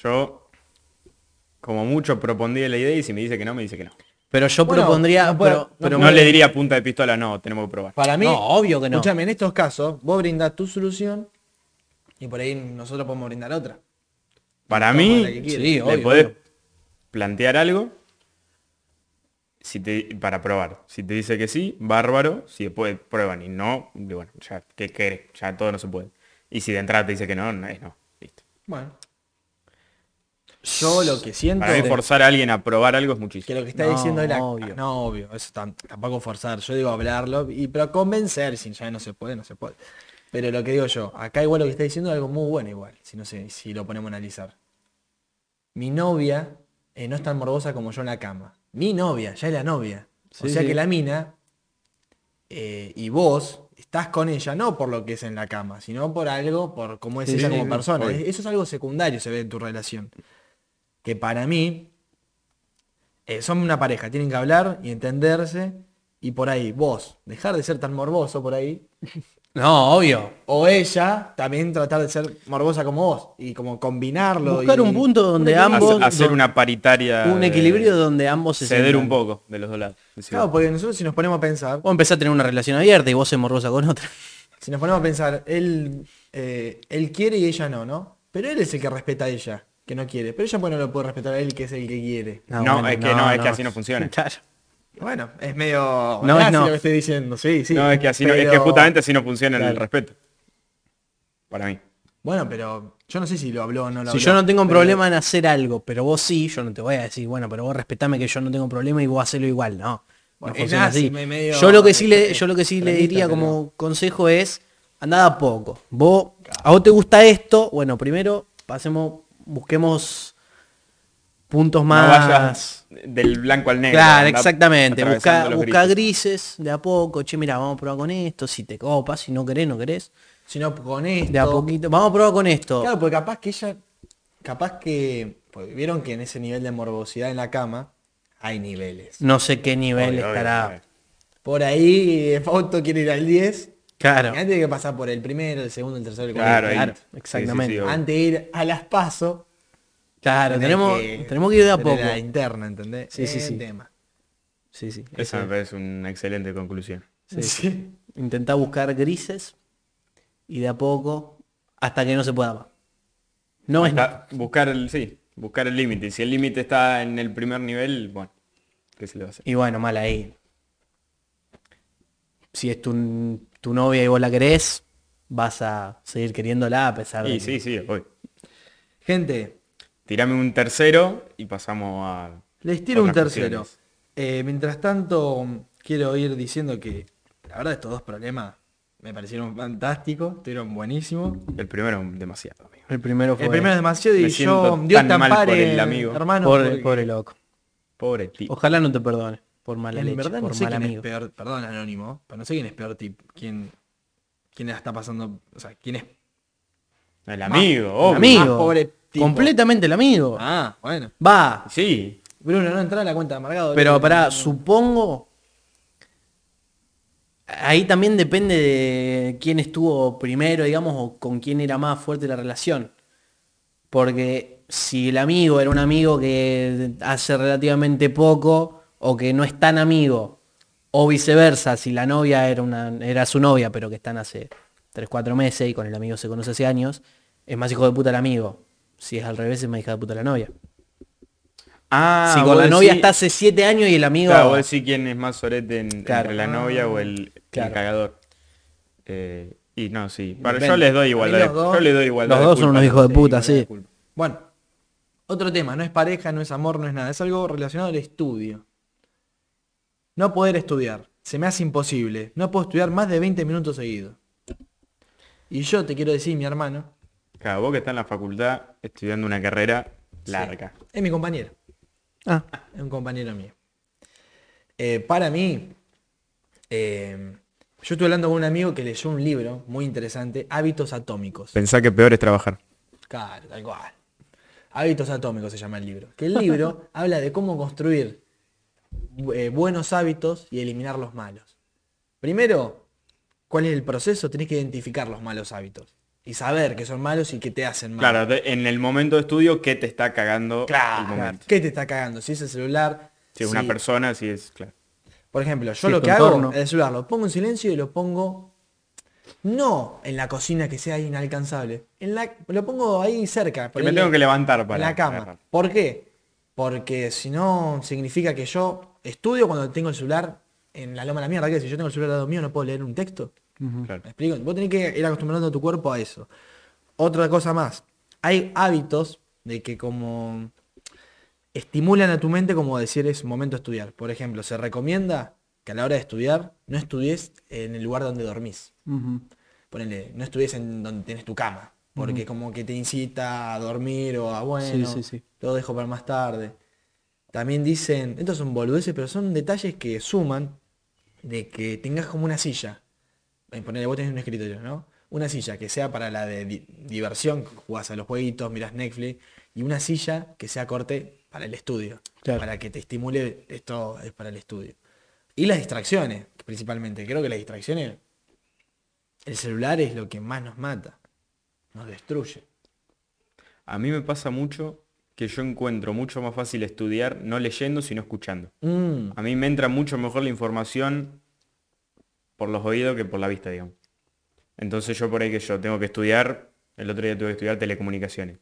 [SPEAKER 1] Yo, como mucho, propondría la idea y si me dice que no, me dice que no.
[SPEAKER 2] Pero yo
[SPEAKER 3] Bueno,
[SPEAKER 2] propondría.
[SPEAKER 3] no puedo-
[SPEAKER 2] pero- pero-
[SPEAKER 3] no
[SPEAKER 1] no le diría a punta de pistola, no, tenemos que probar.
[SPEAKER 3] Para mí,
[SPEAKER 2] No, obvio que no.
[SPEAKER 3] Escúchame, en estos casos, vos brindás tu solución y por ahí nosotros podemos brindar otra.
[SPEAKER 1] Para
[SPEAKER 3] Toma
[SPEAKER 1] mí,
[SPEAKER 3] la que quieras.
[SPEAKER 2] Sí,
[SPEAKER 1] le
[SPEAKER 2] obvio,
[SPEAKER 1] podés
[SPEAKER 2] obvio.
[SPEAKER 1] plantear algo si te, para probar. Si te dice que sí, bárbaro. Si después prueban y no, y bueno, ya, ¿qué querés? Ya todo no se puede. Y si de entrada te dice que no, no es no. Listo.
[SPEAKER 3] Bueno. Yo lo que siento
[SPEAKER 1] Para mí
[SPEAKER 3] de-
[SPEAKER 1] forzar a alguien a probar algo es
[SPEAKER 3] que
[SPEAKER 1] muchísimo.
[SPEAKER 3] lo que está
[SPEAKER 2] No,
[SPEAKER 3] diciendo es la...
[SPEAKER 2] obvio.
[SPEAKER 3] No, obvio. Eso tam- tampoco forzar. Yo digo hablarlo, y, pero convencer, si ya no se puede, no se puede. Pero lo que digo yo, acá igual lo que está diciendo es algo muy bueno igual, si no sé, si lo ponemos a analizar. Mi novia eh, no es tan morbosa como yo en la cama. Mi novia, ya es la novia. o
[SPEAKER 2] Sí,
[SPEAKER 3] sea
[SPEAKER 2] sí.
[SPEAKER 3] que la mina eh, y vos estás con ella no por lo que es en la cama, sino por algo, por cómo es
[SPEAKER 2] Sí,
[SPEAKER 3] ella
[SPEAKER 2] sí,
[SPEAKER 3] como
[SPEAKER 2] sí,
[SPEAKER 3] persona.
[SPEAKER 1] obvio.
[SPEAKER 3] Eso es algo secundario, se ve en tu relación. Que para mí eh, son una pareja, tienen que hablar y entenderse. Y por ahí, vos, dejar de ser tan morboso por ahí.
[SPEAKER 2] No, obvio.
[SPEAKER 3] O ella también tratar de ser morbosa como vos. Y como combinarlo.
[SPEAKER 2] Buscar
[SPEAKER 3] y-
[SPEAKER 2] un punto donde
[SPEAKER 3] equilibrio.
[SPEAKER 2] ambos-
[SPEAKER 1] Hacer- Hacer una paritaria.
[SPEAKER 2] Un
[SPEAKER 1] de-
[SPEAKER 2] equilibrio donde ambos se
[SPEAKER 1] Ceder
[SPEAKER 2] sientan-
[SPEAKER 1] un poco de los dos lados. Decir,
[SPEAKER 3] Claro, porque nosotros si nos ponemos a pensar.
[SPEAKER 2] Vos empezás a tener una relación abierta y vos se morrosa con otra.
[SPEAKER 3] si nos ponemos a pensar, él, eh, él quiere y ella no, ¿no? Pero él es el que respeta a ella, que no quiere. Pero ella bueno no lo puede respetar a él, que es el que quiere.
[SPEAKER 1] No, es que no, es que así no funciona.
[SPEAKER 2] Claro.
[SPEAKER 3] Bueno, es medio...
[SPEAKER 2] No,
[SPEAKER 3] Ah,
[SPEAKER 2] es
[SPEAKER 3] sí
[SPEAKER 2] no.
[SPEAKER 3] lo que estoy diciendo, sí, sí.
[SPEAKER 1] no, es que así no- es que
[SPEAKER 3] Pero-
[SPEAKER 1] justamente así no funciona el respeto. Para mí.
[SPEAKER 3] Bueno, pero yo no sé si lo habló o no lo
[SPEAKER 2] Si
[SPEAKER 3] habló.
[SPEAKER 2] yo no tengo un
[SPEAKER 3] pero-
[SPEAKER 2] problema en hacer algo, pero vos sí, yo no te voy a decir, bueno, pero vos respetame que yo no tengo problema y vos hacelo igual, no.
[SPEAKER 3] Bueno,
[SPEAKER 2] no funciona
[SPEAKER 3] es nazi,
[SPEAKER 2] así.
[SPEAKER 3] me- medio-
[SPEAKER 2] yo lo que sí le, yo lo que sí le
[SPEAKER 3] extremista,
[SPEAKER 2] diría
[SPEAKER 3] pero-
[SPEAKER 2] como consejo es andad a poco. Vos, a vos te gusta esto, bueno, primero pasemos, busquemos puntos
[SPEAKER 1] No
[SPEAKER 2] más.
[SPEAKER 1] vayas del blanco al negro.
[SPEAKER 2] Claro,
[SPEAKER 1] anda
[SPEAKER 2] exactamente. Busca,
[SPEAKER 1] atravesando los
[SPEAKER 2] busca
[SPEAKER 1] grises.
[SPEAKER 2] grises de a poco. Che, mira, vamos a probar con esto. Si te copas, si no querés, no querés.
[SPEAKER 3] Si no, con esto...
[SPEAKER 2] De a poquito. Vamos a probar con esto.
[SPEAKER 3] Claro, porque capaz que ella... Capaz que... Pues, Vieron que en ese nivel de morbosidad en la cama hay niveles.
[SPEAKER 2] No sé qué nivel
[SPEAKER 1] Obvio, obvio,
[SPEAKER 2] estará.
[SPEAKER 1] obvio.
[SPEAKER 3] Por ahí, eh, Fausto quiere ir al 10.
[SPEAKER 2] Claro.
[SPEAKER 3] Antes tiene que pasar por el primero, el segundo, el tercero, el cuarto.
[SPEAKER 1] Claro, ahí.
[SPEAKER 2] Claro,
[SPEAKER 1] Sí, sí,
[SPEAKER 2] exactamente.
[SPEAKER 1] sí, obvio.
[SPEAKER 3] Antes de ir a las paso.
[SPEAKER 2] Claro,
[SPEAKER 3] tenés
[SPEAKER 2] tenemos, tenemos que ir de a
[SPEAKER 3] tener
[SPEAKER 2] poco.
[SPEAKER 3] La interna, ¿entendés?
[SPEAKER 2] Sí, sí,
[SPEAKER 3] Es
[SPEAKER 2] sí.
[SPEAKER 3] tema.
[SPEAKER 2] Sí, sí.
[SPEAKER 1] Esa me parece una excelente conclusión.
[SPEAKER 2] sí, sí. Intentá buscar grises y de a poco hasta que no se pueda más. No es nada.
[SPEAKER 1] Está- buscar el, sí, buscar el límite. Si el límite está en el primer nivel, bueno, ¿qué se le va a hacer?
[SPEAKER 2] Y bueno, mal ahí. Si es tu, tu novia y vos la querés, vas a seguir queriéndola a pesar de
[SPEAKER 1] Y
[SPEAKER 2] que-
[SPEAKER 1] sí, sí, voy.
[SPEAKER 3] Gente,
[SPEAKER 1] Tirame un tercero y pasamos a.
[SPEAKER 3] les tiro un
[SPEAKER 1] otras
[SPEAKER 3] tercero.
[SPEAKER 1] cuestiones.
[SPEAKER 3] Eh, mientras tanto, mm, quiero ir diciendo que la verdad estos dos problemas me parecieron fantásticos, estuvieron buenísimos.
[SPEAKER 1] El primero es demasiado, amigo.
[SPEAKER 2] El primero fue
[SPEAKER 3] El primero es demasiado
[SPEAKER 1] Me
[SPEAKER 3] y
[SPEAKER 1] siento
[SPEAKER 3] yo, Dios
[SPEAKER 1] tan
[SPEAKER 3] te
[SPEAKER 1] mal por
[SPEAKER 3] ampare,
[SPEAKER 1] el amigo.
[SPEAKER 3] hermano.
[SPEAKER 2] pobre,
[SPEAKER 3] porque-
[SPEAKER 2] pobre loco.
[SPEAKER 1] Pobre tipo.
[SPEAKER 2] Ojalá no te perdone por mala
[SPEAKER 3] En
[SPEAKER 2] leche,
[SPEAKER 3] verdad no
[SPEAKER 2] por
[SPEAKER 3] sé
[SPEAKER 2] mal
[SPEAKER 3] quién
[SPEAKER 2] amigo.
[SPEAKER 3] es peor, perdón anónimo, pero no sé quién es peor tip, quién, quién la está pasando, o sea, quién es
[SPEAKER 1] El amigo,
[SPEAKER 2] El
[SPEAKER 1] obvio.
[SPEAKER 2] amigo.
[SPEAKER 3] Más Ah, pobre tipo.
[SPEAKER 2] Completamente el amigo.
[SPEAKER 3] Ah, bueno.
[SPEAKER 2] Va.
[SPEAKER 1] Sí.
[SPEAKER 3] Bruno, no entra a la cuenta de amargado.
[SPEAKER 2] Pero
[SPEAKER 3] Bruno.
[SPEAKER 2] pará, supongo. Ahí también depende de quién estuvo primero, digamos, o con quién era más fuerte la relación. Porque si el amigo era un amigo que hace relativamente poco o que no es tan amigo, o viceversa, si la novia era, una, era su novia, pero que están hace 3, 4 meses y con el amigo se conoce hace años, es más hijo de puta el amigo. Si es al revés, es más hija de puta la novia.
[SPEAKER 1] Ah,
[SPEAKER 2] si con
[SPEAKER 1] vos
[SPEAKER 2] la novia
[SPEAKER 1] decís-
[SPEAKER 2] está hace 7 años y el amigo...
[SPEAKER 1] Claro, vos decís quién es más sorete en-
[SPEAKER 2] Claro.
[SPEAKER 1] entre la novia o el, el
[SPEAKER 2] Claro.
[SPEAKER 1] cagador. Eh, y no, sí. Pero yo
[SPEAKER 3] Depende.
[SPEAKER 1] les doy igualdad. de-
[SPEAKER 3] A mí los dos-
[SPEAKER 1] yo les doy igualdad.
[SPEAKER 2] Los
[SPEAKER 1] de
[SPEAKER 2] dos son
[SPEAKER 1] culpa.
[SPEAKER 2] unos hijos de
[SPEAKER 3] Sí,
[SPEAKER 2] puta,
[SPEAKER 3] igual
[SPEAKER 2] sí.
[SPEAKER 3] la culpa. Bueno, otro tema, no es pareja, no es amor, no es nada, es algo relacionado al estudio. No poder estudiar, se me hace imposible, no puedo estudiar más de 20 minutos seguidos. Y yo te quiero decir, mi hermano,
[SPEAKER 1] Claro, vos que estás en la facultad estudiando una carrera larga.
[SPEAKER 3] es mi compañero.
[SPEAKER 2] Ah,
[SPEAKER 3] Es un compañero mío. Eh, para mí, eh, yo estuve hablando con un amigo que leyó un libro muy interesante, Hábitos Atómicos.
[SPEAKER 1] Pensá que peor es trabajar.
[SPEAKER 3] Claro, tal cual. Hábitos Atómicos se llama el libro. Que el libro habla de cómo construir bu- eh, buenos hábitos y eliminar los malos. Primero, ¿cuál es el proceso? Tenés que identificar los malos hábitos y saber que son malos y que te hacen mal.
[SPEAKER 1] Claro, te- en el momento de estudio, ¿qué te está cagando el
[SPEAKER 3] claro.
[SPEAKER 1] momento?
[SPEAKER 3] ¿Qué te está cagando? Si es el celular,
[SPEAKER 1] Si es una
[SPEAKER 3] si-
[SPEAKER 1] persona, si es, claro.
[SPEAKER 3] Por ejemplo, yo
[SPEAKER 2] Sí,
[SPEAKER 3] lo
[SPEAKER 2] tu
[SPEAKER 3] que hago
[SPEAKER 2] entorno.
[SPEAKER 3] el celular, lo pongo en silencio y lo pongo no en la cocina que sea inalcanzable, en la, lo pongo ahí cerca,
[SPEAKER 1] Que
[SPEAKER 3] por
[SPEAKER 1] me
[SPEAKER 3] ahí
[SPEAKER 1] tengo que levantar para.
[SPEAKER 3] en la cama.
[SPEAKER 1] agarrar.
[SPEAKER 3] ¿Por qué? Porque si no significa que yo estudio cuando tengo el celular en la loma de la mierda, que si yo tengo el celular al lado mío no puedo leer un texto.
[SPEAKER 1] Claro.
[SPEAKER 3] ¿Me explico? Vos tenés que ir acostumbrando a tu cuerpo a eso. Otra cosa más. Hay hábitos de que como estimulan a tu mente como decir es momento de estudiar. Por ejemplo, se recomienda que a la hora de estudiar no estudies en el lugar donde dormís. Ponele, no estudies en donde tenés tu cama. Porque como que te incita a dormir o a bueno,
[SPEAKER 2] sí, sí.
[SPEAKER 3] lo dejo para más tarde. También dicen, estos son boludeces, pero son detalles que suman de que tengas como una silla. Eh, Ponele, vos tenés un escritorio, ¿no? Una silla que sea para la de di- diversión, jugás a los jueguitos, mirás Netflix, y una silla que sea corte para el estudio,
[SPEAKER 2] Claro.
[SPEAKER 3] para que te estimule, esto es para el estudio. Y las distracciones, principalmente. Creo que las distracciones, el celular es lo que más nos mata, nos destruye.
[SPEAKER 1] A mí me pasa mucho que yo encuentro mucho más fácil estudiar no leyendo, sino escuchando.
[SPEAKER 3] Mm,
[SPEAKER 1] A mí me entra mucho mejor la información por los oídos que por la vista, digamos. Entonces yo por ahí que yo tengo que estudiar, el otro día tuve que estudiar telecomunicaciones.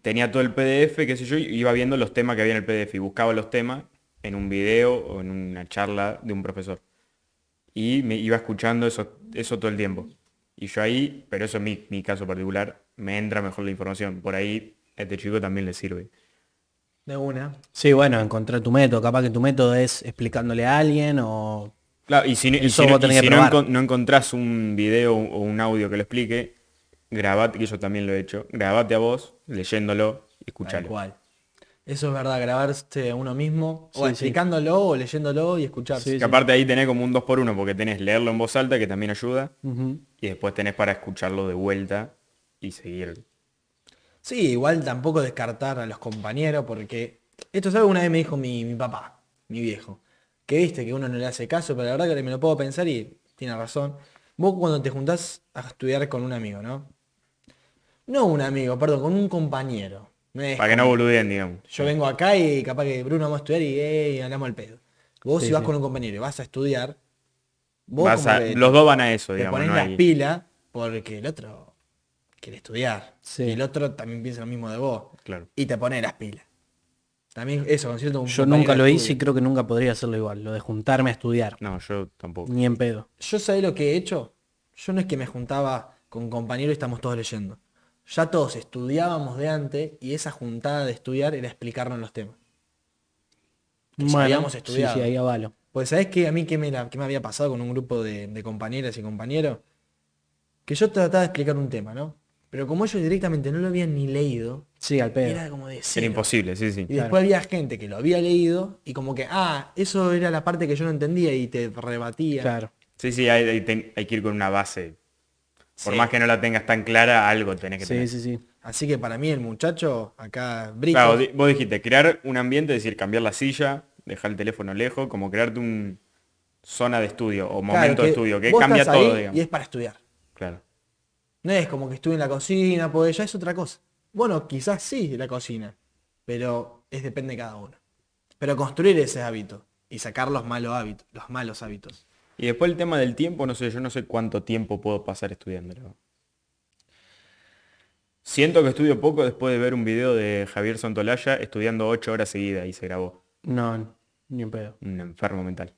[SPEAKER 1] Tenía todo el PDF, qué sé yo, y iba viendo los temas que había en el PDF y buscaba los temas en un video o en una charla de un profesor. Y me iba escuchando eso, eso todo el tiempo. Y yo ahí, pero eso es mi, mi caso particular, me entra mejor la información. Por ahí a este chico también le sirve.
[SPEAKER 3] De una.
[SPEAKER 2] Sí, bueno, encontrar tu método. Capaz que tu método es explicándole a alguien o...
[SPEAKER 1] Claro, y si, no- y
[SPEAKER 2] Eso
[SPEAKER 1] si no-
[SPEAKER 2] vos tenés
[SPEAKER 1] y
[SPEAKER 2] que
[SPEAKER 1] si no,
[SPEAKER 2] probar.
[SPEAKER 1] encon- no encontrás un video o un audio que lo explique, grabate, que yo también lo he hecho, grabate a vos, leyéndolo y
[SPEAKER 3] Tal
[SPEAKER 1] escuchalo.
[SPEAKER 3] cual. Eso es verdad, grabarse a uno mismo, o
[SPEAKER 2] Sí, sí.
[SPEAKER 3] explicándolo, o leyéndolo y escucharse.
[SPEAKER 1] Que aparte ahí tenés como un 2 por 1 porque tenés leerlo en voz alta, que también ayuda,
[SPEAKER 2] Ujú.
[SPEAKER 1] y después tenés para escucharlo de vuelta y seguir.
[SPEAKER 3] Sí, igual tampoco descartar a los compañeros, porque esto es algo que una vez me dijo mi, mi papá, mi viejo, que viste que uno no le hace caso, pero la verdad que ahora me lo puedo pensar y tiene razón. Vos cuando te juntás a estudiar con un amigo, ¿no? No un amigo, perdón, con un compañero. No es
[SPEAKER 1] Para que no boludeen, digamos.
[SPEAKER 3] yo vengo acá y capaz que Bruno vamos a estudiar y eh, hablamos al pedo. Vos
[SPEAKER 2] Sí,
[SPEAKER 3] si vas
[SPEAKER 2] sí.
[SPEAKER 3] con un compañero y vas a estudiar, vos
[SPEAKER 1] Vas
[SPEAKER 3] como
[SPEAKER 1] a-
[SPEAKER 3] que
[SPEAKER 1] los dos van a eso,
[SPEAKER 3] te
[SPEAKER 1] digamos.
[SPEAKER 3] pones
[SPEAKER 1] no
[SPEAKER 3] las
[SPEAKER 1] hay-
[SPEAKER 3] pilas porque el otro quiere estudiar.
[SPEAKER 2] Sí.
[SPEAKER 3] Y el otro también piensa lo mismo de vos.
[SPEAKER 1] Claro.
[SPEAKER 3] Y te pones las pilas. También eso, con cierto un
[SPEAKER 2] Yo
[SPEAKER 3] compañero
[SPEAKER 2] nunca lo
[SPEAKER 3] de
[SPEAKER 2] hice y
[SPEAKER 3] estudio.
[SPEAKER 2] creo que nunca podría hacerlo igual, lo de juntarme a estudiar.
[SPEAKER 1] No, yo tampoco.
[SPEAKER 2] Ni en pedo.
[SPEAKER 3] Yo sabés lo que he hecho. Yo no es que me juntaba con compañeros y estamos todos leyendo. Ya todos estudiábamos de antes y esa juntada de estudiar era explicarnos los temas. Que ya habíamos
[SPEAKER 2] sí,
[SPEAKER 3] estudiado.
[SPEAKER 2] Sí, ahí avalo.
[SPEAKER 3] Pues sabés que a mí qué me, la- qué me había pasado con un grupo de, de compañeras y compañeros, que yo trataba de explicar un tema, ¿no? Pero como ellos directamente no lo habían ni leído,
[SPEAKER 2] Sí, al pedo.
[SPEAKER 3] era como de
[SPEAKER 1] Era
[SPEAKER 3] cero.
[SPEAKER 1] imposible, sí, sí.
[SPEAKER 3] Y después había gente que lo había leído y como que, ah, eso era la parte que yo no entendía y te rebatía.
[SPEAKER 2] Claro.
[SPEAKER 1] Sí, sí, hay, hay ten- hay que ir con una base. Por
[SPEAKER 3] Sí.
[SPEAKER 1] más que no la tengas tan clara, algo tenés que
[SPEAKER 2] Sí,
[SPEAKER 1] tener.
[SPEAKER 2] sí, sí.
[SPEAKER 3] Así que para mí el muchacho acá, Brito,
[SPEAKER 1] Claro, di- vos dijiste, crear un ambiente, es decir, cambiar la silla, dejar el teléfono lejos, como crearte un zona de estudio o
[SPEAKER 3] claro,
[SPEAKER 1] momento de
[SPEAKER 3] que
[SPEAKER 1] estudio, que
[SPEAKER 3] vos
[SPEAKER 1] cambia
[SPEAKER 3] estás
[SPEAKER 1] todo,
[SPEAKER 3] ahí
[SPEAKER 1] digamos.
[SPEAKER 3] Y es para estudiar.
[SPEAKER 1] Claro.
[SPEAKER 3] No es como que estuve en la cocina, porque ya es otra cosa. Bueno, quizás sí la cocina, pero es depende de cada uno. Pero construir ese hábito y sacar los malos hábitos, los malos hábitos.
[SPEAKER 1] Y después el tema del tiempo, no sé, yo no sé cuánto tiempo puedo pasar estudiándolo. Siento que estudio poco después de ver un video de Javier Santolaya estudiando 8 horas seguidas y se grabó.
[SPEAKER 2] No, ni en pedo.
[SPEAKER 1] Un enfermo mental.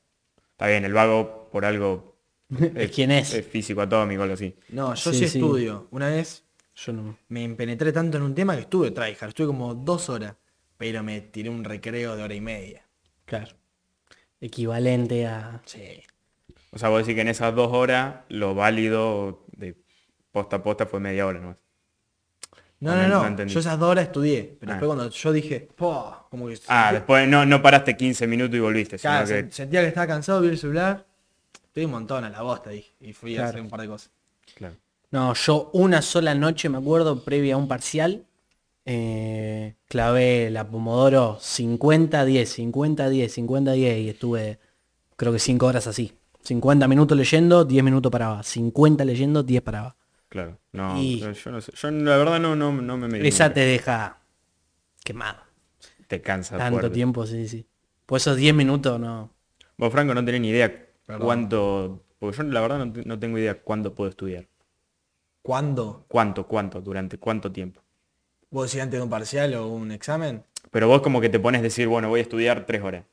[SPEAKER 1] Está bien, el vago por algo... eh,
[SPEAKER 2] ¿Quién es?
[SPEAKER 1] físico atómico, algo así.
[SPEAKER 3] No, yo
[SPEAKER 2] Sí,
[SPEAKER 3] sí,
[SPEAKER 2] sí.
[SPEAKER 3] estudio. Una vez
[SPEAKER 2] Yo no.
[SPEAKER 3] me penetré tanto en un tema que estuve tryhard, estuve como dos horas, pero me tiré un recreo de hora y media.
[SPEAKER 2] Claro. Equivalente a.
[SPEAKER 3] Sí.
[SPEAKER 1] O sea, vos decís que en esas dos horas lo válido de posta a posta fue media hora nomás.
[SPEAKER 3] No,
[SPEAKER 1] No,
[SPEAKER 3] no,
[SPEAKER 1] no
[SPEAKER 3] no.
[SPEAKER 1] entendí.
[SPEAKER 3] yo esas dos horas estudié, pero
[SPEAKER 1] Ah.
[SPEAKER 3] después cuando yo dije, "Po", como que
[SPEAKER 1] Ah,
[SPEAKER 3] sentí-
[SPEAKER 1] después no, no paraste 15 minutos y volviste. sino
[SPEAKER 3] Claro,
[SPEAKER 1] que-
[SPEAKER 3] sen- sentía que estaba cansado, vi el celular. Estoy un montón a la bosta, dije. Y fui
[SPEAKER 2] Claro.
[SPEAKER 3] a hacer un par de cosas.
[SPEAKER 1] claro.
[SPEAKER 2] No, yo una sola noche, me acuerdo, previa a un parcial, eh, clavé la Pomodoro 50-10, 50-10, 50-10 y estuve creo que 5 horas así. 50 minutos leyendo, 10 minutos paraba. 50 leyendo, 10 paraba.
[SPEAKER 1] Claro. No,
[SPEAKER 2] Y-
[SPEAKER 1] yo- yo no sé. Yo la verdad no, no, no me medí
[SPEAKER 2] Esa
[SPEAKER 1] nunca.
[SPEAKER 2] te deja quemado.
[SPEAKER 1] Te cansa
[SPEAKER 2] Tanto
[SPEAKER 1] fuerte.
[SPEAKER 2] tiempo, sí, sí. Por esos 10 minutos no.
[SPEAKER 1] Vos, Franco, no tenés ni idea cuánto... Porque yo la verdad no, te- no tengo idea cuánto puedo estudiar.
[SPEAKER 3] ¿Cuándo?
[SPEAKER 1] Cuánto, cuánto, durante cuánto tiempo.
[SPEAKER 3] ¿Vos decís antes de un parcial o un examen?
[SPEAKER 1] Pero vos como que te pones a decir, bueno, voy a estudiar tres horas.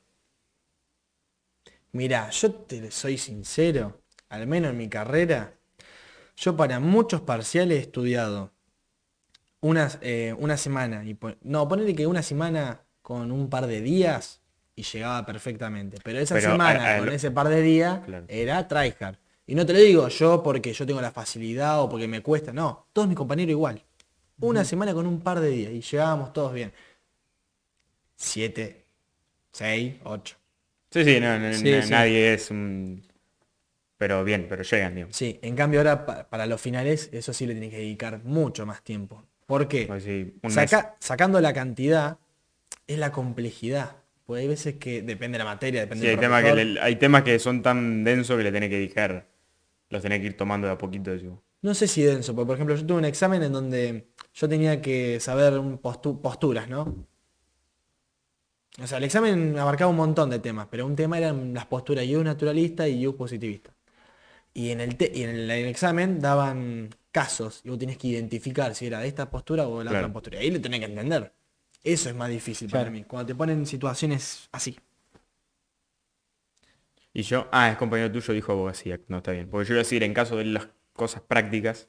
[SPEAKER 3] Mirá, yo te soy sincero, al menos en mi carrera, yo para muchos parciales he estudiado unas, eh, una semana. Y pon- no, ponele que una semana con un par de días y llegaba perfectamente. Pero esa
[SPEAKER 1] Pero,
[SPEAKER 3] semana
[SPEAKER 1] a- a-
[SPEAKER 3] con ese par de días
[SPEAKER 1] Claro.
[SPEAKER 3] era tryhard. Y no te lo digo yo porque yo tengo la facilidad o porque me cuesta, no, todos mis compañeros igual. Una semana con un par de días y llegábamos todos bien. Siete, seis, ocho.
[SPEAKER 1] Sí, sí, no, no-
[SPEAKER 2] Sí,
[SPEAKER 1] na-
[SPEAKER 2] sí.
[SPEAKER 1] nadie es un... Pero bien, pero llegan, digamos.
[SPEAKER 3] Sí, en cambio ahora pa- para los finales, eso sí le tenés que dedicar mucho más tiempo. ¿Por qué?
[SPEAKER 1] Vos decís, un mes.
[SPEAKER 3] Saca- sacando la cantidad, es la complejidad. Pues hay veces que depende de la materia, depende
[SPEAKER 1] Sí, hay,
[SPEAKER 3] del
[SPEAKER 1] temas que
[SPEAKER 3] profesor.
[SPEAKER 1] le- hay temas que son tan densos que le tenés que dedicar. Los tenés que ir tomando de a poquito. decís vos.
[SPEAKER 3] No sé si denso, porque por ejemplo yo tuve un examen en donde yo tenía que saber un postu- posturas, ¿no? O sea, el examen abarcaba un montón de temas, pero un tema eran las posturas yo naturalista y yo positivista. Y en el, te- y en el examen daban casos y vos tenés que identificar si era de esta postura o de la
[SPEAKER 1] Claro.
[SPEAKER 3] otra postura. Y ahí lo tenés que entender. Eso es más difícil para
[SPEAKER 2] Claro.
[SPEAKER 3] mí, cuando te ponen en situaciones así.
[SPEAKER 1] Y yo, ah, es compañero tuyo, dijo abogacía. No, está bien. Porque yo iba a decir, en caso de las cosas prácticas,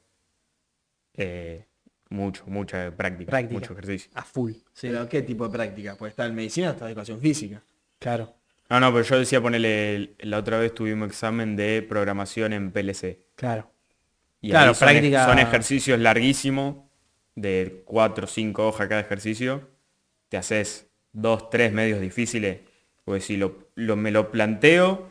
[SPEAKER 1] eh, mucho, mucha práctica,
[SPEAKER 2] Práctica.
[SPEAKER 1] mucho ejercicio.
[SPEAKER 2] A full. Sí,
[SPEAKER 3] Pero ¿qué tipo de práctica? Pues está en medicina, está en educación física.
[SPEAKER 2] claro.
[SPEAKER 1] No, no, pero yo decía ponerle, el- la otra vez tuvimos examen de programación en PLC.
[SPEAKER 2] Claro.
[SPEAKER 1] Y
[SPEAKER 2] Claro,
[SPEAKER 1] ahí son, ej-
[SPEAKER 2] práctica-
[SPEAKER 1] Son ejercicios larguísimos, de 4 o 5 hojas cada ejercicio. Te haces 2, 3 medios difíciles. Porque si lo, lo- me lo planteo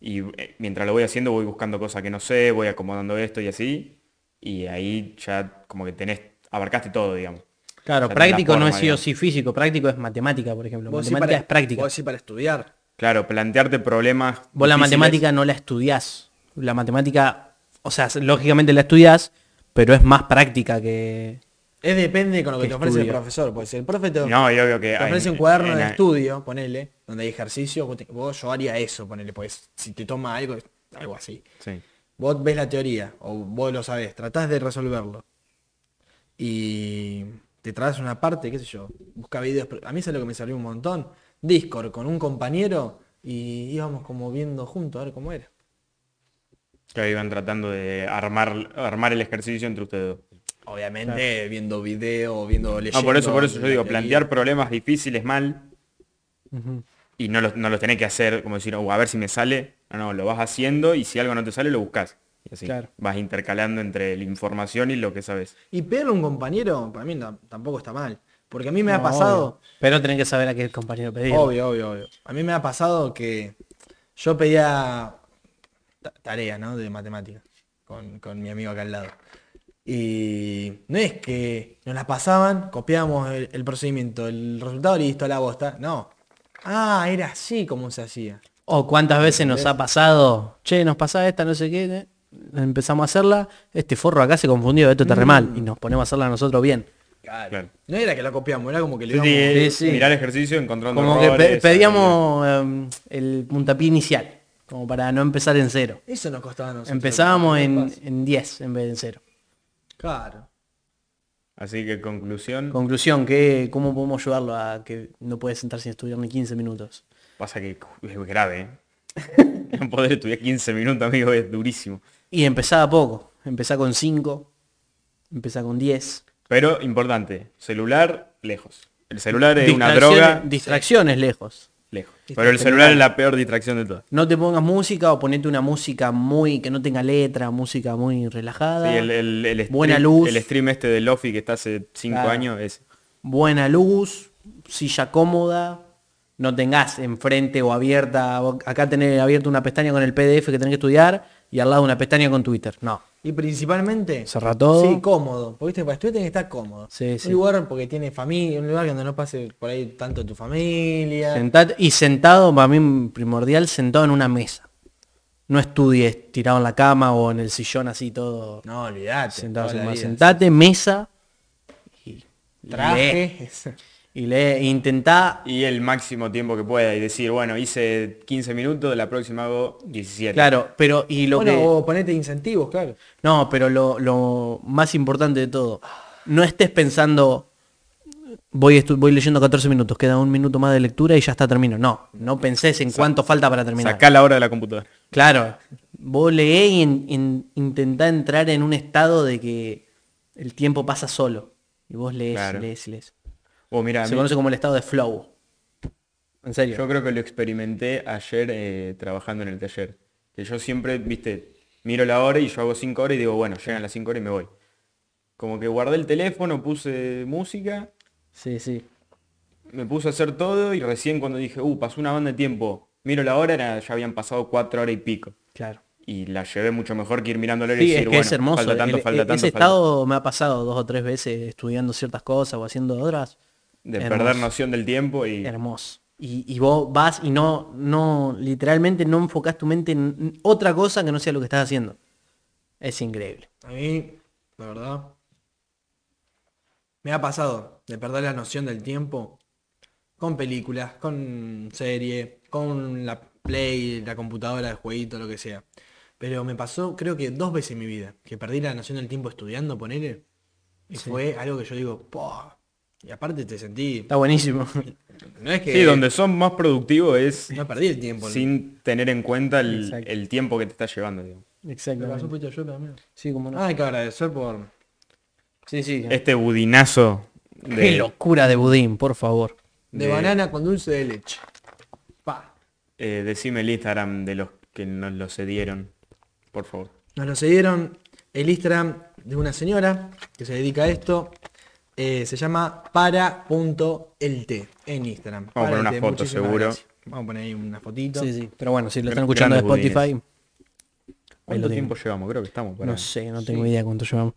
[SPEAKER 1] y eh, mientras lo voy haciendo voy buscando cosas que no sé, voy acomodando esto y así. Y ahí ya como que tenés, abarcaste todo, digamos.
[SPEAKER 2] Claro,
[SPEAKER 1] O sea,
[SPEAKER 2] práctico
[SPEAKER 1] la
[SPEAKER 2] no
[SPEAKER 1] forma,
[SPEAKER 2] es sí o
[SPEAKER 1] digamos.
[SPEAKER 2] sí físico, práctico es matemática, por ejemplo.
[SPEAKER 3] Vos sí
[SPEAKER 2] matemática
[SPEAKER 3] para-
[SPEAKER 2] es práctica.
[SPEAKER 3] Vos sí para estudiar.
[SPEAKER 1] Claro, plantearte problemas.
[SPEAKER 2] Vos la
[SPEAKER 1] difíciles.
[SPEAKER 2] matemática no la estudiás. La matemática, o sea, lógicamente la estudiás, pero es más práctica que...
[SPEAKER 3] Es depende con lo que
[SPEAKER 2] ¿Qué
[SPEAKER 3] te ofrece el
[SPEAKER 2] estudio?
[SPEAKER 3] profesor. Pues si el profe te,
[SPEAKER 1] No, y obvio que...
[SPEAKER 3] te
[SPEAKER 1] hay-
[SPEAKER 3] ofrece un cuaderno
[SPEAKER 1] en
[SPEAKER 3] de
[SPEAKER 1] la-
[SPEAKER 3] estudio, ponele, donde hay ejercicio, vos, te- vos yo haría eso, ponele, pues si te toma algo, algo así.
[SPEAKER 1] Sí.
[SPEAKER 3] Vos ves la teoría, o vos lo sabés, tratás de resolverlo. Y te traes una parte, qué sé yo, busca videos. pero A mí es lo que me salió un montón. Discord con un compañero y íbamos como viendo juntos a ver cómo era.
[SPEAKER 1] Que iban tratando de armar, armar el ejercicio entre ustedes dos.
[SPEAKER 3] Obviamente viendo video, viendo leyendo.
[SPEAKER 1] No, Ah, por eso, por eso yo
[SPEAKER 3] la
[SPEAKER 1] digo,
[SPEAKER 3] teoría.
[SPEAKER 1] plantear problemas difíciles mal y no los, no los tenés que hacer como decir, "Oh, a ver si me sale. No, no, lo vas haciendo y si algo no te sale, lo buscas. Y así
[SPEAKER 2] Claro.
[SPEAKER 1] vas intercalando entre la información y lo que sabes.
[SPEAKER 3] Y pegarle a un compañero, para mí no- tampoco está mal. Porque a mí me ha
[SPEAKER 2] No,
[SPEAKER 3] pasado...
[SPEAKER 2] obvio. Pero tenés que saber a qué compañero pedir.
[SPEAKER 3] Obvio, obvio, obvio. A mí me ha pasado que yo pedía ta- tarea, ¿no? De matemática con, con mi amigo acá al lado. Y no es que nos las pasaban, copiábamos el, el procedimiento, el resultado listo, la bosta. No. Ah, era así como se hacía.
[SPEAKER 2] O cuántas veces nos ha pasado, che, nos pasa esta, no sé qué, eh, empezamos a hacerla, este forro acá se confundió, esto está re
[SPEAKER 3] Mm.
[SPEAKER 2] mal, y nos ponemos a hacerla nosotros bien.
[SPEAKER 3] Claro.
[SPEAKER 1] Claro.
[SPEAKER 3] No era que la copiamos, era como que le
[SPEAKER 1] Sí,
[SPEAKER 3] íbamos...
[SPEAKER 1] sí,
[SPEAKER 2] sí.
[SPEAKER 1] Mirar el ejercicio, encontrando
[SPEAKER 2] Como que pe-
[SPEAKER 1] errores,
[SPEAKER 2] pedíamos em, el puntapié inicial, como para no empezar en cero.
[SPEAKER 3] Eso nos costaba a nosotros.
[SPEAKER 2] Empezábamos en
[SPEAKER 3] Capaz.
[SPEAKER 2] en 10 en vez de en cero.
[SPEAKER 3] Claro.
[SPEAKER 1] Así que conclusión,
[SPEAKER 2] Conclusión, que ¿cómo podemos ayudarlo a que no puede sentarse sin estudiar ni 15 minutos?
[SPEAKER 1] pasa que es grave. ¿eh? No poder estudiar 15 minutos, amigo, es durísimo.
[SPEAKER 2] Y empezaba poco, empezá con 5, empezá con 10.
[SPEAKER 1] Pero importante, celular lejos. El celular es una
[SPEAKER 2] Distracciones-
[SPEAKER 1] droga
[SPEAKER 2] Distracciones lejos.
[SPEAKER 1] lejos. Pero el celular es la peor distracción de todas.
[SPEAKER 2] No te pongas música o ponete una música muy que no tenga letra, música muy relajada.
[SPEAKER 1] Sí, el, el- el stream,
[SPEAKER 2] Buena luz.
[SPEAKER 1] El stream este de Lofi que está hace 5
[SPEAKER 2] Claro.
[SPEAKER 1] años es...
[SPEAKER 2] Buena luz, silla cómoda. No tengas enfrente o abierta, o acá tenés abierta una pestaña con el PDF que tenés que estudiar y al lado una pestaña con Twitter. No.
[SPEAKER 3] Y principalmente...
[SPEAKER 2] Cerrá todo.
[SPEAKER 3] Sí, cómodo. Porque viste, para estudiar tenés que estar cómodo.
[SPEAKER 2] Oh. Sí, sí.
[SPEAKER 3] Un lugar porque tiene familia, un lugar donde no pase por ahí tanto tu familia.
[SPEAKER 2] Sentate- y sentado, para mí primordial, sentado en una mesa. No estudies tirado en la cama o en el sillón así todo.
[SPEAKER 3] No, olvidate.
[SPEAKER 2] sentado,
[SPEAKER 3] toda la
[SPEAKER 2] sin más.
[SPEAKER 3] vida.
[SPEAKER 2] sentate, mesa y
[SPEAKER 3] Traje.
[SPEAKER 2] Y lee, e intentá
[SPEAKER 1] Y el máximo tiempo que pueda y decir, bueno, hice 15 minutos, la próxima hago 17.
[SPEAKER 2] Claro, pero y lo
[SPEAKER 3] bueno,
[SPEAKER 2] que.
[SPEAKER 3] o ponete incentivos, claro.
[SPEAKER 2] No, pero lo, lo más importante de todo, no estés pensando. Voy, estu- voy leyendo 14 minutos, queda un minuto más de lectura y ya está, termino. No, no pensés en cuánto falta para terminar.
[SPEAKER 1] Sacá la hora de la computadora.
[SPEAKER 2] Claro, vos leé y en- en- intentá entrar en un estado de que el tiempo pasa solo. Y vos lees,
[SPEAKER 1] Claro.
[SPEAKER 2] lees, lees.
[SPEAKER 1] Oh, mira, a
[SPEAKER 2] Se
[SPEAKER 1] mí-
[SPEAKER 2] conoce como el estado de flow. En serio.
[SPEAKER 1] yo creo que lo experimenté ayer eh, trabajando en el taller. Que yo siempre, viste, miro la hora y yo hago 5 horas y digo, bueno, llegan las 5 horas y me voy. Como que guardé el teléfono, puse música,
[SPEAKER 2] Sí, sí.
[SPEAKER 1] me puse a hacer todo y recién cuando dije, uh, pasó una banda de tiempo, miro la hora, era- ya habían pasado 4 horas y pico.
[SPEAKER 2] Claro.
[SPEAKER 1] y la llevé mucho mejor que ir mirando el
[SPEAKER 2] Sí,
[SPEAKER 1] y
[SPEAKER 2] es
[SPEAKER 1] decir,
[SPEAKER 2] que
[SPEAKER 1] bueno,
[SPEAKER 2] es hermoso.
[SPEAKER 1] falta tanto,
[SPEAKER 2] El- e-,
[SPEAKER 1] falta
[SPEAKER 2] ese
[SPEAKER 1] tanto, falta-
[SPEAKER 2] estado me ha pasado dos o tres veces estudiando ciertas cosas o haciendo otras.
[SPEAKER 1] de
[SPEAKER 2] hermoso.
[SPEAKER 1] perder noción del tiempo y
[SPEAKER 2] Hermoso. Y, y vos vas y no, no, literalmente no enfocás tu mente en otra cosa que no sea lo que estás haciendo. Es increíble.
[SPEAKER 3] A mí, la verdad, me ha pasado de perder la noción del tiempo con películas, con serie, con la Play, la computadora, el jueguito, lo que sea. Pero me pasó, creo que dos veces en mi vida, que perdí la noción del tiempo estudiando, ponele. Y fue algo que yo digo, "Pah". Y aparte te sentí.
[SPEAKER 2] Está buenísimo.
[SPEAKER 3] No es que.
[SPEAKER 1] Sí, donde son más productivos es
[SPEAKER 3] No perdí el tiempo.
[SPEAKER 1] sin tener en cuenta el,
[SPEAKER 2] Exacto.
[SPEAKER 1] el tiempo que te está llevando. digo.
[SPEAKER 3] Me pasó un
[SPEAKER 2] Exactamente.
[SPEAKER 3] poquito yo también.
[SPEAKER 2] Sí, como no.
[SPEAKER 3] Ah, hay que agradecer por.
[SPEAKER 2] sí, sí.
[SPEAKER 1] Este budinazo de...
[SPEAKER 2] Qué locura de budín, por favor.
[SPEAKER 3] De,
[SPEAKER 1] De-
[SPEAKER 3] banana con dulce de leche. Pa.
[SPEAKER 1] Eh, decime el Instagram de los que nos lo cedieron, por favor.
[SPEAKER 3] Nos lo cedieron el Instagram de una señora que se dedica a esto. Eh, se llama para.elt en Instagram.
[SPEAKER 1] Vamos a poner una
[SPEAKER 3] Paraelte,
[SPEAKER 1] foto,
[SPEAKER 3] muchísimas
[SPEAKER 1] seguro.
[SPEAKER 3] gracias. Vamos a poner ahí una fotito.
[SPEAKER 2] Sí, sí. Pero bueno, si lo están escuchando de
[SPEAKER 1] Grandes
[SPEAKER 2] Spotify, ahí
[SPEAKER 1] ¿Cuánto
[SPEAKER 2] lo tienen.
[SPEAKER 1] tiempo llevamos? Creo que estamos para...
[SPEAKER 2] No sé, no tengo idea cuánto llevamos.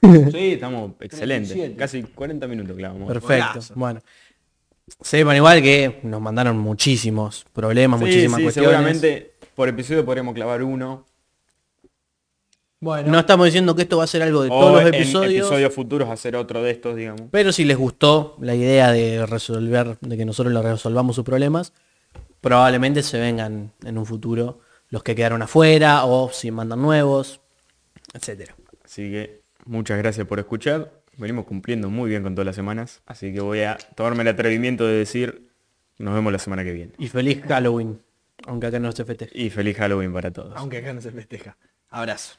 [SPEAKER 1] Sí, estamos excelente. Casi 40 minutos clavamos.
[SPEAKER 2] Perfecto.
[SPEAKER 3] Golazo.
[SPEAKER 2] Bueno. Sepan igual que nos mandaron muchísimos problemas,
[SPEAKER 1] Sí,
[SPEAKER 2] muchísimas
[SPEAKER 1] sí,
[SPEAKER 2] cuestiones.
[SPEAKER 1] seguramente por episodio podríamos clavar uno.
[SPEAKER 3] Bueno,
[SPEAKER 2] No estamos diciendo que esto va a ser algo de
[SPEAKER 1] o
[SPEAKER 2] todos
[SPEAKER 1] en
[SPEAKER 2] los episodios,
[SPEAKER 1] episodios futuros hacer otro de estos, digamos.
[SPEAKER 2] pero si les gustó la idea de resolver, de que nosotros les resolvamos sus problemas, probablemente se vengan en un futuro los que quedaron afuera o si mandan nuevos, etcétera.
[SPEAKER 1] Así que muchas gracias por escuchar. Venimos cumpliendo muy bien con todas las semanas. Así que voy a tomarme el atrevimiento de decir nos vemos la semana que viene.
[SPEAKER 2] Y feliz Halloween, aunque acá no se festeje.
[SPEAKER 1] Y feliz Halloween para todos.
[SPEAKER 3] aunque acá no se festeja. Abrazo.